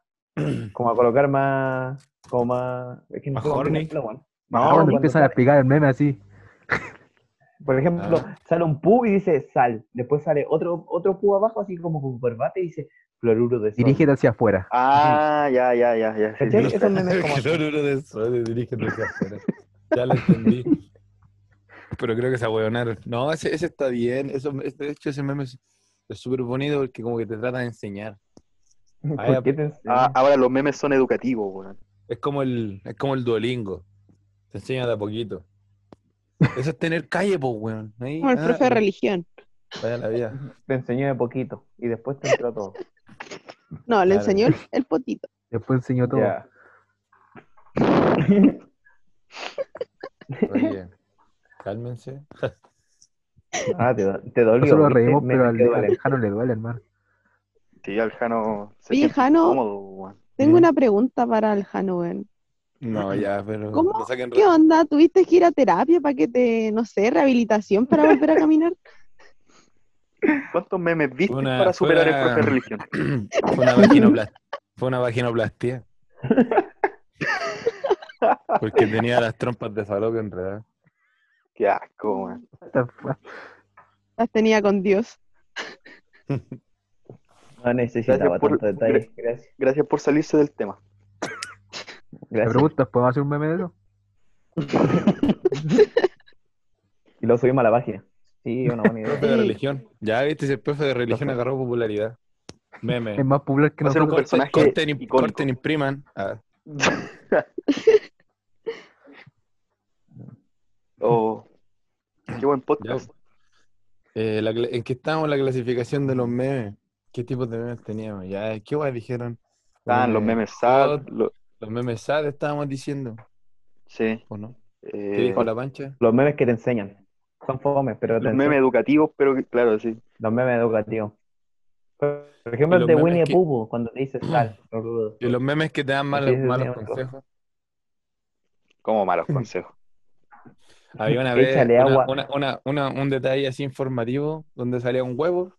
Speaker 5: como a colocar más, como más, es que no
Speaker 1: Más
Speaker 5: sé cómo
Speaker 1: horny.
Speaker 5: explicarlo, weón.
Speaker 2: No,
Speaker 6: Ah,
Speaker 5: Más
Speaker 6: cuando
Speaker 5: horny,
Speaker 6: empiezan a
Speaker 5: sale-
Speaker 6: explicar el meme así.
Speaker 5: Por ejemplo, sale un Pooh y dice sal, después sale otro otro Pooh abajo así como con corbata y dice floruro de sol.
Speaker 6: Dirígete hacia afuera.
Speaker 2: Ah, ya, ya, ya, ya.
Speaker 1: Este
Speaker 2: sí,
Speaker 5: ¿Cachai?
Speaker 2: sí.
Speaker 5: Esos memes como
Speaker 1: Que no, no, no, de eso, de dirígete hacia afuera. Ya lo entendí. Pero creo que se ahueonaron. No, ese, ese está bien. Eso, es- de hecho, ese meme es es súper bonito porque como que te trata de enseñar.
Speaker 5: ¿Por qué te-
Speaker 2: Ah, ahora los memes son educativos, weón.
Speaker 1: Es como el, es como el Duolingo. Te enseña de a poquito. Eso es tener calle, pues, weón. Ahí,
Speaker 3: Como el
Speaker 1: ah,
Speaker 3: profe de religión.
Speaker 1: vaya la vida.
Speaker 5: ah, Te enseñó de poquito y después te entró todo.
Speaker 3: No, le
Speaker 5: Claro.
Speaker 3: enseñó el, el potito.
Speaker 6: Después enseñó todo.
Speaker 5: Ya.
Speaker 1: Oye, cálmense.
Speaker 5: Ah, te, do- te dolió.
Speaker 6: Nosotros nos
Speaker 5: ¿viste?
Speaker 6: reímos,
Speaker 5: Me-
Speaker 6: pero
Speaker 5: me
Speaker 6: al,
Speaker 5: quedó
Speaker 6: al
Speaker 5: bien.
Speaker 6: Jano le duele, hermano.
Speaker 2: Sí, al Jano se
Speaker 3: Oye,
Speaker 2: siente
Speaker 3: Jano.
Speaker 2: incómodo, weón.
Speaker 3: Tengo una pregunta para el Jano, weón.
Speaker 1: No, ya, pero.
Speaker 3: ¿Cómo?
Speaker 1: no saquen re-
Speaker 3: ¿Qué onda? ¿Tuviste que ir a terapia para que te, no sé, rehabilitación para volver a caminar?
Speaker 2: ¿Cuántos memes viste
Speaker 1: Una-
Speaker 2: para superar
Speaker 1: una-
Speaker 2: el profe de religión?
Speaker 1: fue una vaginoplastia. Fue una vaginoplastia. Porque tenía las trompas de falopio enredadas.
Speaker 2: Qué asco, weón.
Speaker 6: What the fuck?
Speaker 3: Las tenía con Dios.
Speaker 5: No necesitaba
Speaker 2: Gracias por-
Speaker 5: tanto detalle. Gracias.
Speaker 2: Gracias por salirse del tema.
Speaker 6: ¿Me
Speaker 5: Gracias.
Speaker 6: preguntas? ¿Podemos hacer un meme de eso?
Speaker 5: Y lo subimos a la página. Sí, una buena
Speaker 1: Profe de
Speaker 5: idea.
Speaker 1: religión. Ya viste si el profe de religión agarró popularidad. Meme.
Speaker 6: Es más popular que
Speaker 2: Va a ser un
Speaker 6: nosotros.
Speaker 1: Corten,
Speaker 2: personaje
Speaker 1: corten y-
Speaker 2: icónico.
Speaker 1: corten, impriman. Ah,
Speaker 2: Oh, qué buen
Speaker 1: ya.
Speaker 2: podcast.
Speaker 1: Eh, la cla- ¿En qué estábamos en la clasificación de los memes? ¿Qué tipos de memes teníamos? Ya, eh, ¿qué guay dijeron?
Speaker 2: Estaban los memes sad,
Speaker 1: hot,
Speaker 2: lo-
Speaker 1: Los memes sad estábamos diciendo,
Speaker 2: sí.
Speaker 1: ¿o no? ¿Qué
Speaker 2: eh,
Speaker 1: dijo la pancha?
Speaker 5: Los memes que te enseñan. Son fomes, pero te
Speaker 2: los memes educativos, pero que- claro, sí.
Speaker 5: enseñan. los memes educativos. Por ejemplo,
Speaker 1: Y
Speaker 5: el
Speaker 1: los
Speaker 5: de
Speaker 1: memes
Speaker 5: Winnie the
Speaker 1: que-
Speaker 5: Pooh, cuando te dice sal. lo rudo.
Speaker 1: Y los memes que te dan malos,
Speaker 5: Sí, sí,
Speaker 1: malos
Speaker 5: sí,
Speaker 1: consejos.
Speaker 2: Como malos consejos.
Speaker 1: Había una vez
Speaker 5: Échale
Speaker 1: una-
Speaker 5: agua.
Speaker 1: una- una- una- un detalle así informativo donde salía un huevo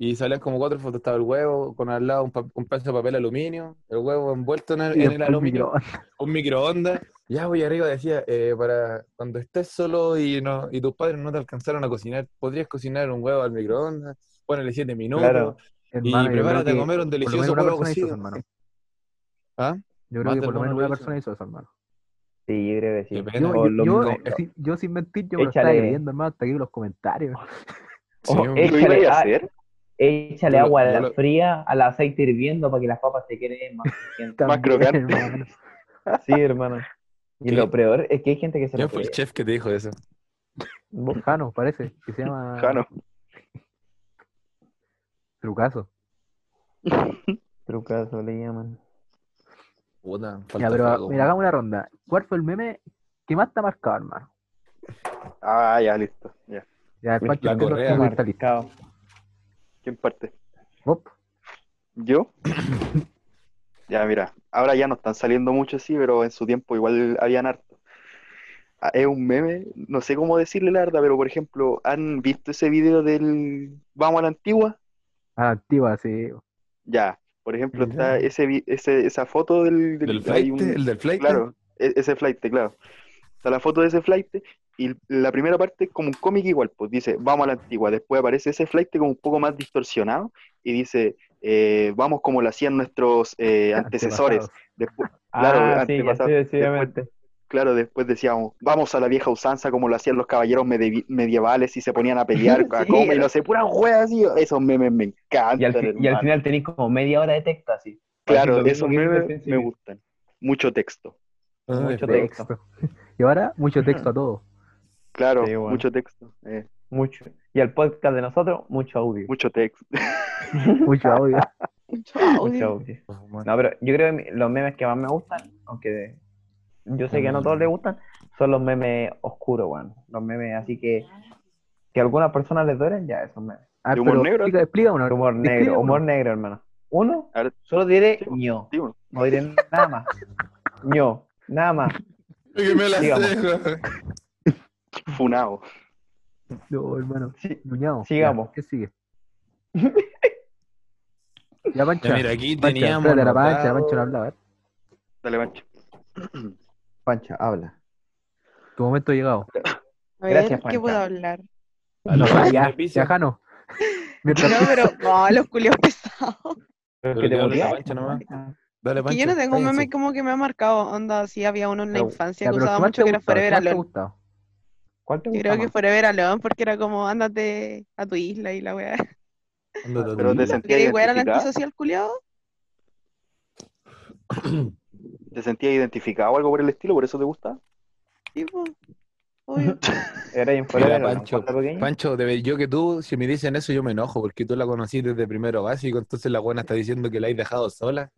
Speaker 1: y salían como cuatro fotos. Estaba el huevo con al lado un, pa- un pedazo de papel aluminio, el huevo envuelto en el,
Speaker 6: Y
Speaker 1: en el
Speaker 6: después
Speaker 1: aluminio,
Speaker 6: miró.
Speaker 1: un microondas. Ya voy arriba decía, eh, para cuando estés solo y no y tus padres no te alcanzaron a cocinar, podrías cocinar un huevo al microondas, ponele siete minutos.
Speaker 5: Claro.
Speaker 6: Hermano, yo creo
Speaker 1: prepárate a
Speaker 6: que
Speaker 1: comer un
Speaker 6: por lo menos
Speaker 1: delicioso
Speaker 6: una
Speaker 1: huevo
Speaker 6: persona hizo eso,
Speaker 1: cocido.
Speaker 6: hermano.
Speaker 1: ¿Ah? Más
Speaker 6: Yo creo que
Speaker 1: de
Speaker 6: por lo
Speaker 1: alguno
Speaker 6: menos
Speaker 1: lo
Speaker 6: una
Speaker 1: hizo.
Speaker 6: persona hizo eso, hermano.
Speaker 5: Sí, yo creo que sí.
Speaker 1: Qué pena.
Speaker 6: Yo,
Speaker 5: O
Speaker 6: yo,
Speaker 5: los
Speaker 6: yo,
Speaker 5: memes-
Speaker 6: sí, yo sin mentir, yo me lo estaba
Speaker 5: Échale.
Speaker 6: creyendo, hermano, hasta aquí en los comentarios.
Speaker 1: Sí,
Speaker 5: Oh,
Speaker 1: un-
Speaker 5: eh,
Speaker 2: ¿Lo iba
Speaker 5: Échale, ah,
Speaker 2: a hacer?
Speaker 5: Échale
Speaker 1: Yo lo-
Speaker 5: agua a
Speaker 1: yo
Speaker 5: la
Speaker 1: lo-
Speaker 5: fría al aceite hirviendo para que las papas se queden más crujientes.
Speaker 6: También,
Speaker 2: crocante.
Speaker 6: hermano.
Speaker 5: Sí, hermano. Y
Speaker 1: ¿Qué?
Speaker 5: lo peor es que hay gente que se
Speaker 1: ¿Quién
Speaker 5: lo
Speaker 1: fue el
Speaker 5: cree.
Speaker 1: chef que te dijo eso?
Speaker 6: Jano, parece, que se
Speaker 1: ah.
Speaker 6: llama
Speaker 2: Jano.
Speaker 6: Trucazo.
Speaker 5: Trucazo le llaman.
Speaker 1: Puta, falta
Speaker 6: Ya, pero
Speaker 1: fuego,
Speaker 6: mira, hagamos una ronda. ¿Cuál fue el meme que más te ha marcado, hermano?
Speaker 2: Ah, ya, listo. Ya.
Speaker 6: Ya, el
Speaker 5: La
Speaker 6: Pancho, tú lo
Speaker 1: correa.
Speaker 6: tienes, está listo.
Speaker 5: Marcado.
Speaker 2: ¿Quién parte?
Speaker 6: Op,
Speaker 2: ¿Yo? ya, mira. Ahora ya no están saliendo mucho, sí, pero en su tiempo igual habían harto. Ah, Es un meme, no sé cómo decirle la verdad, pero por ejemplo, ¿han visto ese video del Vamos a la Antigua?
Speaker 6: a la antigua, Ah, sí.
Speaker 2: Ya, por ejemplo,
Speaker 1: Ya.
Speaker 2: está ese, vi- ese- esa foto del,
Speaker 1: ¿Del
Speaker 2: hay
Speaker 1: flight?
Speaker 2: un-
Speaker 1: ¿El del flight?
Speaker 2: claro, e- ese flight, claro. Está la foto de ese flight y la primera parte es como un cómic igual, pues dice, vamos a la antigua. Después aparece ese flight como un poco más distorsionado y dice, eh, vamos como lo hacían nuestros eh, antecesores.
Speaker 6: Antepasados.
Speaker 2: Después, Claro,
Speaker 5: Ah, sí, ya
Speaker 2: antepasado.
Speaker 5: sí, sí, obviamente.
Speaker 2: claro, después decíamos, vamos a la vieja usanza como lo hacían los caballeros medevi- medievales y se ponían a pelear a
Speaker 5: Sí.
Speaker 2: coma y no sé, puras weas así. Esos memes me
Speaker 5: Y al,
Speaker 2: encantan,
Speaker 5: fi- y al
Speaker 2: hermano.
Speaker 5: final tenéis como media hora de texto así.
Speaker 2: Claro,
Speaker 5: Así, lo
Speaker 2: esos
Speaker 5: mismo que hice al
Speaker 2: memes me
Speaker 5: principio.
Speaker 2: gustan. Mucho texto.
Speaker 1: Ah,
Speaker 5: Mucho
Speaker 1: de-
Speaker 5: texto.
Speaker 6: Y ahora, mucho texto a todo.
Speaker 2: Claro,
Speaker 5: Sí, bueno.
Speaker 2: mucho texto. eh,
Speaker 5: Mucho. Y al podcast de nosotros, mucho audio.
Speaker 2: mucho texto.
Speaker 6: Mucho audio.
Speaker 3: Mucho
Speaker 5: Mucho
Speaker 3: audio.
Speaker 5: audio.
Speaker 1: Oh, man.
Speaker 5: No, pero yo creo que mi- los memes que más me gustan, aunque yo sé que no todos les gustan, son los memes oscuros, weón. Los memes así que que a algunas personas les duelen, ya, esos memes.
Speaker 6: Ah,
Speaker 2: ¿De humor
Speaker 6: pero
Speaker 2: negro?
Speaker 6: Explica, explica uno.
Speaker 5: Humor
Speaker 6: describe
Speaker 5: negro,
Speaker 6: uno.
Speaker 5: humor negro, hermano. Uno,
Speaker 2: A ver.
Speaker 5: solo diré
Speaker 2: Sí, bueno.
Speaker 5: ño.
Speaker 2: Sí, bueno.
Speaker 5: No diré nada más. ño, nada más.
Speaker 1: Oye, me las
Speaker 5: Sigamos.
Speaker 1: dejo.
Speaker 2: Funao.
Speaker 6: No, hermano.
Speaker 5: Sí.
Speaker 6: Cuñado.
Speaker 5: Sigamos.
Speaker 6: Ya, ¿Qué sigue? Ya, Pancho.
Speaker 1: Ya, mira, aquí
Speaker 6: Pancho,
Speaker 1: teníamos.
Speaker 6: espérate, la pancha, la
Speaker 1: anotado-
Speaker 6: pancha no habla, a ver.
Speaker 2: Dale, mancho.
Speaker 7: Pancha, habla.
Speaker 6: Tu momento ha llegado.
Speaker 3: A ver,
Speaker 5: Gracias,
Speaker 3: ¿qué
Speaker 5: Juanca.
Speaker 3: puedo hablar?
Speaker 1: A los
Speaker 6: Ya,
Speaker 1: de
Speaker 6: ya,
Speaker 1: piso.
Speaker 6: ya, Jano.
Speaker 3: No,
Speaker 6: Mientras-
Speaker 3: pero no, los culios pesados.
Speaker 1: Pero
Speaker 5: que te
Speaker 1: que hable la
Speaker 5: motivas,
Speaker 1: pancha nomás. Dale,
Speaker 3: Que
Speaker 1: pancha.
Speaker 3: yo no tengo un meme
Speaker 1: cállense.
Speaker 3: como que me ha marcado. Onda, sí, había uno en la
Speaker 6: Ya,
Speaker 3: infancia
Speaker 6: ya,
Speaker 3: que
Speaker 6: pero
Speaker 3: usaba
Speaker 6: ¿qué más
Speaker 3: mucho
Speaker 6: te
Speaker 3: que era
Speaker 6: gusta?
Speaker 3: Forever
Speaker 6: ¿Qué más te
Speaker 3: Alone.
Speaker 6: gusta?
Speaker 5: ¿Cuál te
Speaker 3: Yo
Speaker 5: gusta
Speaker 3: creo que
Speaker 5: más?
Speaker 3: Forever Alone porque era como, ándate a tu isla y la weá.
Speaker 1: Ándate a tu
Speaker 2: Pero te
Speaker 1: vida.
Speaker 2: sentí
Speaker 3: Porque igual era el
Speaker 2: identificado.
Speaker 3: antisocial culiado.
Speaker 2: ¿Te sentías identificado o algo por el estilo? ¿Por eso te gusta?
Speaker 3: Tipo, obvio.
Speaker 5: Era bien fuera
Speaker 1: Mira,
Speaker 5: de la
Speaker 1: Pancho,
Speaker 5: puerta pequeña.
Speaker 1: Pancho, de- yo que tú, si me dicen eso, yo me enojo, porque tú la conocí desde primero básico, entonces la buena está diciendo que la has dejado sola.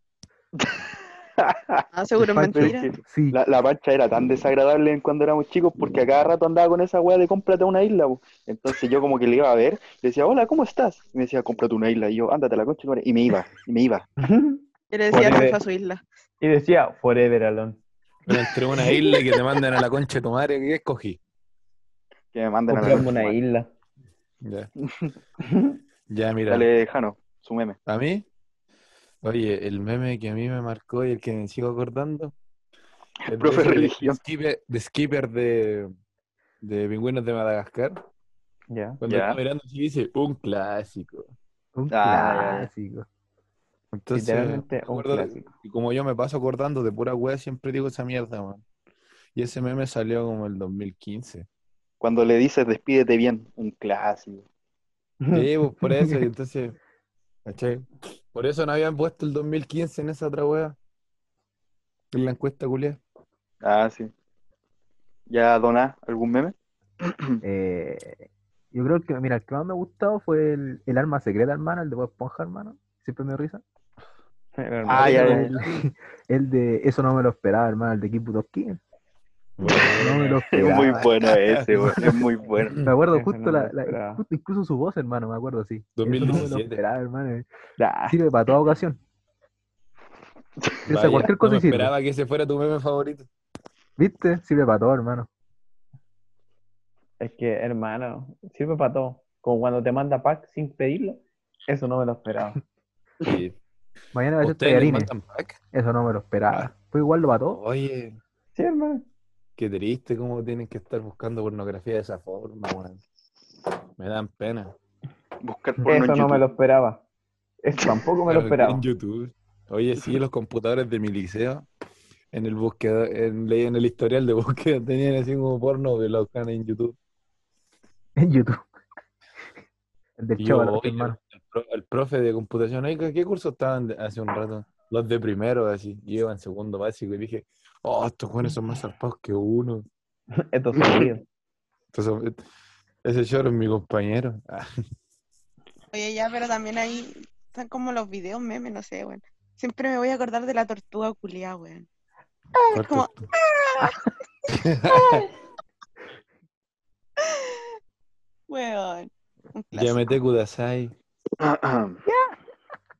Speaker 3: Ah, seguro es
Speaker 2: Pero es
Speaker 3: mentira.
Speaker 2: que
Speaker 6: Sí,
Speaker 2: la, la pancha era tan desagradable en cuando éramos chicos porque a cada rato andaba con esa weá de cómprate una isla. po". Entonces yo como que le iba a ver, le decía, hola, ¿cómo estás? Y me decía, cómprate una isla. Y yo, ándate a la concha, de tu madre". y me iba, y me iba.
Speaker 3: Yo le decía
Speaker 5: Ponele.
Speaker 3: que a su isla.
Speaker 5: Y decía, forever alone.
Speaker 1: Pero entre una isla y que te mandan a la concha de tu madre, ¿qué escogí?
Speaker 2: Que me mandan a la
Speaker 5: Compramos
Speaker 2: concha. de tu
Speaker 5: una
Speaker 2: madre.
Speaker 5: isla.
Speaker 1: Ya, ya mira.
Speaker 2: Dale, Jano, su meme.
Speaker 1: ¿A mí? Oye, el meme que a mí me marcó y el que me sigo acordando. es de
Speaker 2: Profe
Speaker 1: ese de-
Speaker 2: religión.
Speaker 1: De skipper de, skipper de, de Pingüinos de Madagascar.
Speaker 5: Ya.
Speaker 1: Cuando
Speaker 2: Ya.
Speaker 1: está mirando así dice, un clásico.
Speaker 6: un
Speaker 2: Ah,
Speaker 6: clásico.
Speaker 1: Entonces,
Speaker 5: Literalmente
Speaker 1: me
Speaker 5: un
Speaker 1: acuerdo de-
Speaker 5: clásico.
Speaker 1: y como yo me paso acordando de pura wea, siempre digo esa mierda, man. Y ese meme salió como el 2015.
Speaker 2: Cuando le dices, despídete bien, un clásico.
Speaker 1: Sí, pues, por eso, y entonces, ¿cachai? Por eso no habían puesto el 2015 en esa otra wea. En la encuesta culia.
Speaker 2: Ah, sí. ¿Ya doná algún meme?
Speaker 6: Eh, yo creo que, mira, el que más me ha gustado fue el, el arma secreta, hermano, el de Bob Esponja, hermano. Siempre me dio risa.
Speaker 2: Ah, ya, ya,
Speaker 6: el, el de eso no me lo esperaba, hermano, el de Kiputoski. No me lo
Speaker 2: Es
Speaker 6: esperaba.
Speaker 2: muy bueno ese, güey, es muy bueno.
Speaker 6: Me acuerdo
Speaker 5: Ese
Speaker 6: justo
Speaker 5: no me
Speaker 6: la-
Speaker 5: lo
Speaker 6: la-
Speaker 5: esperaba.
Speaker 6: justo incluso su voz, hermano, me acuerdo así. 2017.
Speaker 1: 2017.
Speaker 6: hermano.
Speaker 5: Ah,
Speaker 6: Sirve para toda ocasión. Piensa
Speaker 1: Vaya,
Speaker 6: cualquier cosa
Speaker 1: no
Speaker 6: y
Speaker 1: me
Speaker 6: sirve.
Speaker 1: esperaba que ese fuera tu meme favorito.
Speaker 6: ¿Viste? Sirve para todo, hermano.
Speaker 5: es que, hermano, sirve para todo. Como cuando te manda pack sin pedirlo, eso no me lo esperaba.
Speaker 1: Sí.
Speaker 6: Mañana va a ser
Speaker 1: ¿Ustedes les Ah. Oh.
Speaker 6: tallarines.
Speaker 1: mandan pack?
Speaker 6: Eso no me lo esperaba. Fue igual lo para todo.
Speaker 1: Oye,
Speaker 5: Sí, hermano.
Speaker 1: qué triste cómo tienen que estar buscando pornografía de esa forma, weón. Me dan pena.
Speaker 2: Buscar porno en
Speaker 5: Eso no
Speaker 2: YouTube.
Speaker 5: me lo esperaba. Eso tampoco me lo
Speaker 1: Claro,
Speaker 5: esperaba.
Speaker 1: En YouTube. Oye, sí, los computadores de mi liceo, en el búsqueda, en, leí en el historial de búsqueda, tenían así como porno que lo buscan en YouTube.
Speaker 6: En YouTube. El del
Speaker 1: Y yo,
Speaker 6: chavo, el otro
Speaker 1: oye,
Speaker 6: hermano.
Speaker 1: el, pro- el profe de computación, oiga, ¿qué curso estaban de- hace un rato? Los de primero, así. Yo iba en segundo básico y dije, oh, estos jóvenes son más zarpados que uno.
Speaker 5: Esto es jodido.
Speaker 1: Entonces, ese choro es mi compañero. Ah,
Speaker 3: Oye, ya, pero también ahí están como los videos memes, no sé, weón. Siempre me voy a acordar de la tortuga culiá, weón.
Speaker 1: corto.
Speaker 3: como- Weón. Un clásico.
Speaker 1: Yamete kudasai.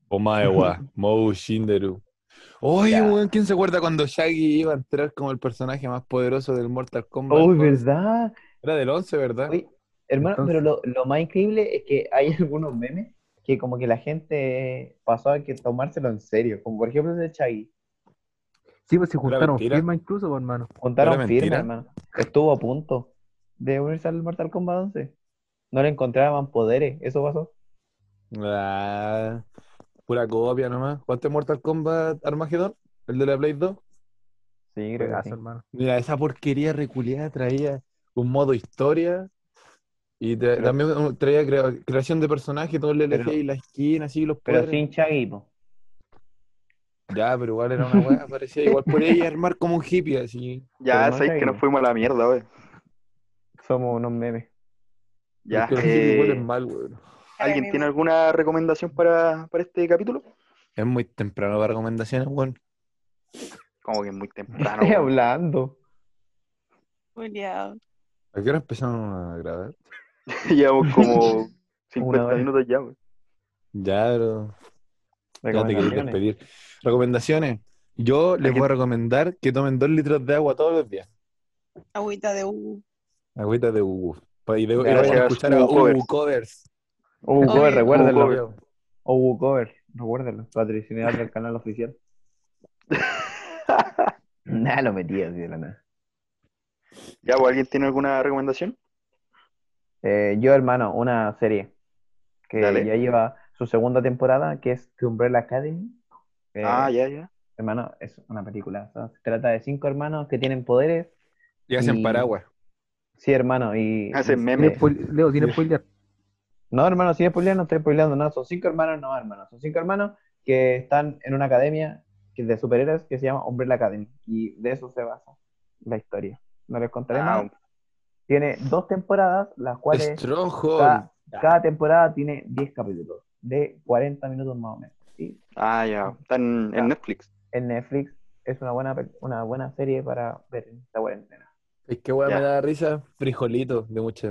Speaker 1: Omae wa Mou Shinderu. Oye,
Speaker 5: Ya.
Speaker 1: weón, ¿quién se acuerda cuando Shaggy iba a entrar como el personaje más poderoso del Mortal Kombat?
Speaker 5: Uy, ¿verdad?
Speaker 1: Era del 11, ¿verdad?
Speaker 5: Uy, Hermano,
Speaker 6: Entonces-
Speaker 5: pero lo, lo más increíble es que hay algunos memes que como que la gente pasó a que tomárselo en serio. Como por ejemplo el de Chagui.
Speaker 6: Sí, pues se juntaron
Speaker 1: mentira.
Speaker 6: firma incluso, pues, hermano.
Speaker 5: Juntaron
Speaker 1: ¿Era
Speaker 5: firma,
Speaker 1: mentira?
Speaker 5: hermano. Estuvo a punto de unirse al Mortal Kombat 11. No le encontraban poderes. Eso pasó.
Speaker 1: Ah, pura copia nomás. ¿Cuánto es Mortal Kombat Armageddon? ¿El de la Play 2?
Speaker 5: Sí, creo que
Speaker 6: Juegazo,
Speaker 5: sí.
Speaker 6: hermano.
Speaker 1: Mira, esa porquería reculeada traía un modo historia y tra-
Speaker 5: Pero-
Speaker 1: también uh, traía crea- creación de personaje, todo el LG
Speaker 5: Pero-
Speaker 1: y la skin, así los
Speaker 5: Pero
Speaker 1: poderes.
Speaker 5: sin Chagui, po.
Speaker 1: Ya, pero igual era una weá, parecía igual por ella armar como un hippie así.
Speaker 2: Ya
Speaker 5: Pero no
Speaker 2: sabéis que
Speaker 5: caigo.
Speaker 2: nos fuimos a la mierda, güey.
Speaker 5: Somos unos memes.
Speaker 2: Ya,
Speaker 1: Porque los hippies
Speaker 2: eh,
Speaker 1: huelen mal, weón.
Speaker 2: ¿Alguien tiene alguna recomendación para, para este capítulo?
Speaker 1: Es muy temprano para recomendaciones, weón.
Speaker 2: Como que es muy temprano.
Speaker 5: Estoy
Speaker 2: güey.
Speaker 5: hablando.
Speaker 3: Culiao.
Speaker 1: ¿A qué hora empezamos a grabar?
Speaker 2: Llevamos como 50
Speaker 5: hora.
Speaker 2: minutos ya, güey.
Speaker 1: Ya, pero ya te quería
Speaker 5: Recomendaciones.
Speaker 1: despedir. Recomendaciones. Yo les voy a recomendar que tomen dos litros de agua todos los días.
Speaker 3: Agüita de U.
Speaker 1: Agüita de Ubu. Y, de, y
Speaker 5: Gracias,
Speaker 1: vayan a escuchar a Ubu
Speaker 2: Ubu Covers.
Speaker 1: Covers.
Speaker 5: O WooCover,
Speaker 3: Oye.
Speaker 5: recuérdenlo.
Speaker 2: WooCover.
Speaker 5: O WooCover, recuérdenlo. Patrocinador del canal oficial. Nada, lo metí así de la nada.
Speaker 2: Ya, güey, ¿alguien tiene alguna recomendación?
Speaker 5: Eh, yo, hermano, una serie que
Speaker 2: Dale.
Speaker 5: ya lleva su segunda temporada, que es The Umbrella Academy. Eh,
Speaker 2: Ah, ya, ya.
Speaker 5: Hermano, es una película. o sea, se trata de cinco hermanos que tienen poderes.
Speaker 1: Y hacen
Speaker 5: Y-
Speaker 1: paraguas.
Speaker 5: Sí, hermano, y...
Speaker 2: Hacen
Speaker 5: y-
Speaker 2: memes.
Speaker 5: eh,
Speaker 6: Spoil- Leo, tiene
Speaker 5: Sí.
Speaker 6: spoiler.
Speaker 5: No, hermano, si spoileando, no estoy spoileando nada. Son cinco hermanos, no, hermano. Son cinco hermanos que están en una academia que- de superhéroes que se llama Umbrella Academy. Y de eso se basa la historia. No les contaré
Speaker 2: Ah,
Speaker 5: más.
Speaker 2: un-
Speaker 5: Tiene dos temporadas, las cuales
Speaker 1: Stronghold.
Speaker 5: cada, cada temporada tiene 10 capítulos de 40 minutos más o menos. ¿sí?
Speaker 2: Ah, ya. Está en, en Netflix.
Speaker 5: En Netflix es una buena, pe- una buena serie para ver en esta cuarentena.
Speaker 1: Es que, weón,
Speaker 2: Ya.
Speaker 1: me da risa. Frijolito, de mucha,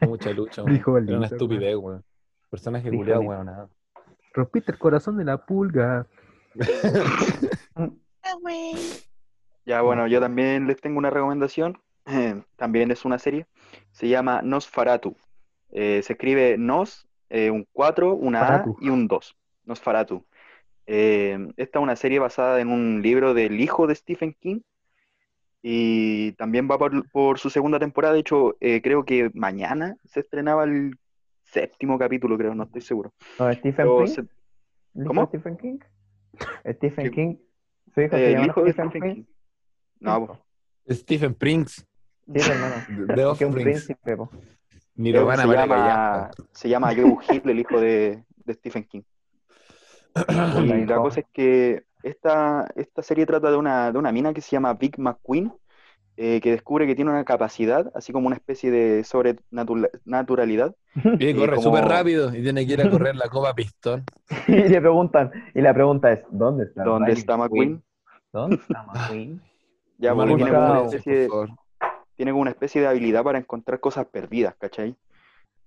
Speaker 1: de mucha lucha, weón.
Speaker 6: Frijolito,
Speaker 1: Era una
Speaker 6: weón.
Speaker 1: estupidez, weón. Personaje culiado,
Speaker 2: Frijolito.
Speaker 1: weón. nada.
Speaker 6: Rompiste el corazón de la pulga.
Speaker 5: Mm.
Speaker 3: Ah,
Speaker 2: Ya, bueno, yo también les tengo una recomendación. eh, también es una serie. Se llama Nosferatu. Eh, se escribe Nos, eh, un 4, una
Speaker 6: Faratu.
Speaker 2: A y un 2. Nosferatu. Eh, esta es una serie basada en un libro del hijo de Stephen King. Y también va por, por su segunda temporada. De hecho, eh, creo que mañana se estrenaba el séptimo capítulo, creo, no estoy seguro.
Speaker 5: No, Stephen
Speaker 2: Pero
Speaker 5: King.
Speaker 2: se-
Speaker 5: ¿El hijo
Speaker 2: ¿Cómo?
Speaker 5: de Stephen King. Stephen
Speaker 2: Sí.
Speaker 5: King. Su hijo
Speaker 2: eh,
Speaker 5: se
Speaker 2: el
Speaker 5: llama
Speaker 2: hijo de
Speaker 5: Stephen
Speaker 2: Stephen
Speaker 5: King.
Speaker 2: King. No, pues. po.
Speaker 1: Stephen Prince,
Speaker 5: Sí, pues, hermano.
Speaker 1: de
Speaker 5: Que un
Speaker 1: Offsprings.
Speaker 5: príncipe, po.
Speaker 1: Ni
Speaker 2: Creo
Speaker 1: lo
Speaker 2: que
Speaker 1: van a
Speaker 2: Eh, se,
Speaker 1: ver
Speaker 2: llama, se llama Joe Hill, el hijo de, de Stephen King. Y la
Speaker 5: hijo.
Speaker 2: cosa es que esta, esta serie trata de una, de una mina que se llama Big McQueen, eh, que descubre que tiene una capacidad, así como una especie de sobrenaturalidad.
Speaker 1: Y corre
Speaker 2: como-
Speaker 1: súper rápido y tiene que ir a correr la copa pistón.
Speaker 5: Y le preguntan, y la pregunta es, ¿dónde está
Speaker 2: ¿Dónde
Speaker 5: Mike
Speaker 2: está McQueen?
Speaker 5: ¿Dónde está McQueen?
Speaker 2: Ya,
Speaker 1: Hermano,
Speaker 2: porque tiene como, una
Speaker 5: Marcao.
Speaker 1: por
Speaker 2: especie de,
Speaker 1: favor.
Speaker 2: tiene como una especie de habilidad para encontrar cosas perdidas, ¿cachai?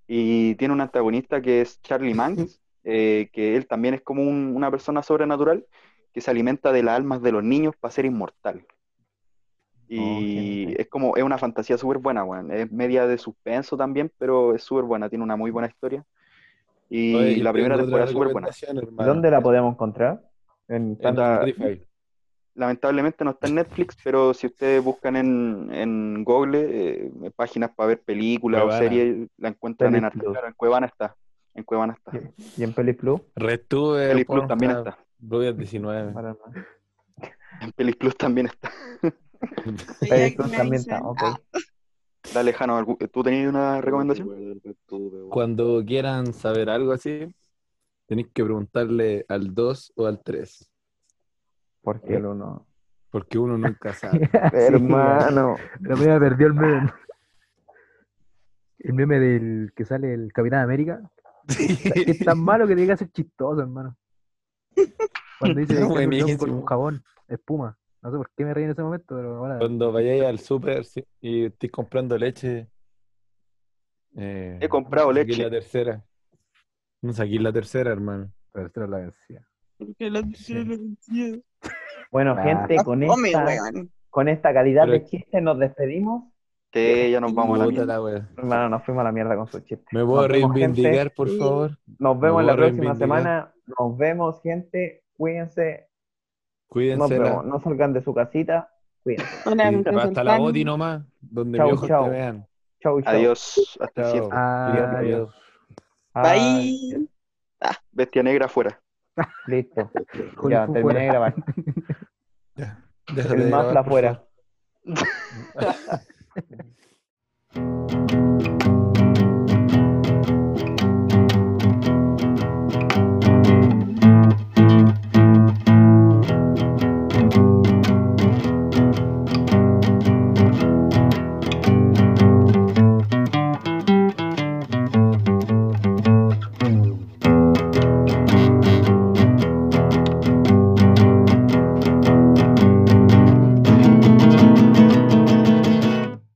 Speaker 2: Y tiene un antagonista que es Charlie Manx, eh, que él también es como un- una persona sobrenatural que se alimenta de las almas de los niños para ser inmortal.
Speaker 1: Oh,
Speaker 2: Y es como, es una fantasía súper buena, weón. Es media de suspenso también, pero es súper buena, tiene una muy buena historia. Y
Speaker 1: Oye, yo
Speaker 2: la primera
Speaker 1: tengo otra
Speaker 2: temporada es súper buena.
Speaker 1: recomendación, hermano.
Speaker 5: ¿Dónde la podemos encontrar? En
Speaker 1: En
Speaker 5: tantas-
Speaker 1: Spotify.
Speaker 2: Lamentablemente no está en Netflix, pero si ustedes buscan en, en Google eh, páginas para ver películas o
Speaker 1: Cuevana.
Speaker 2: series, la encuentran en
Speaker 5: Pelis Plus.
Speaker 2: Argentina. En Cuevana está. En Cuevana está.
Speaker 5: Sí. y en Pelis Plus.
Speaker 1: Red Tuber,
Speaker 2: Pelis Plus
Speaker 1: Pornhub,
Speaker 2: también está.
Speaker 1: Rubias 19.
Speaker 5: Para nada.
Speaker 2: En Pelis Plus también está.
Speaker 5: Pelis Plus también está, ok.
Speaker 3: Ah.
Speaker 2: Dale, Jano, ¿algú- ¿tú tenías una recomendación?
Speaker 1: Cuando quieran saber algo así, tenéis que preguntarle al 2 o al 3.
Speaker 5: Porque el uno.
Speaker 1: Porque uno nunca sabe.
Speaker 6: Hermano. La mía perdió el meme. El meme del que sale el Capitán América. Es tan malo que tiene que ser chistoso, hermano. Cuando dice que es un león con
Speaker 1: Buenísimo.
Speaker 6: un jabón, espuma. No sé por qué me reí en ese momento, pero ahora.
Speaker 1: Cuando vayáis al súper sí, y estéis comprando leche. eh,
Speaker 2: He comprado
Speaker 1: no saquéis
Speaker 2: leche.
Speaker 1: la tercera. No saquéis la tercera, hermano.
Speaker 6: Pero esta es la vencida.
Speaker 3: Porque lo entiendo.
Speaker 5: Bueno,
Speaker 6: Ah.
Speaker 5: gente, con
Speaker 3: Come,
Speaker 5: esta,
Speaker 3: weón.
Speaker 5: con esta calidad
Speaker 1: Pero-
Speaker 5: de chiste nos despedimos.
Speaker 2: Sí, ya nos vamos a la
Speaker 1: Puta
Speaker 2: mierda.
Speaker 1: la wea.
Speaker 5: Hermano, nos fuimos a la mierda con su chiste.
Speaker 1: ¿Me puedo
Speaker 5: Nos vemos,
Speaker 1: reivindicar, por favor?
Speaker 5: Nos
Speaker 1: Me
Speaker 5: vemos
Speaker 1: voy
Speaker 5: en la
Speaker 1: a
Speaker 5: próxima
Speaker 1: reivindicar.
Speaker 5: semana. Nos vemos, gente. Cuídense. Nos
Speaker 1: Cuídense.
Speaker 5: vemos. No salgan de su casita. Cuídense.
Speaker 3: Hola, me
Speaker 1: hasta la
Speaker 3: presentaron.
Speaker 1: boti nomás, donde
Speaker 5: Chao,
Speaker 1: mis ojos
Speaker 5: chao.
Speaker 1: te vean.
Speaker 5: Chau, chau.
Speaker 2: Adiós. Hasta
Speaker 1: Chao.
Speaker 2: siempre.
Speaker 6: Adiós.
Speaker 1: Adiós.
Speaker 5: Ay,
Speaker 3: Bye.
Speaker 2: Bestia negra afuera.
Speaker 5: Listo.
Speaker 6: Con
Speaker 5: Ya,
Speaker 6: el
Speaker 5: terminé
Speaker 6: fuera.
Speaker 5: de grabar.
Speaker 1: Déjate de
Speaker 5: El más
Speaker 1: grabar,
Speaker 5: la
Speaker 1: por
Speaker 5: fuera.
Speaker 1: favor.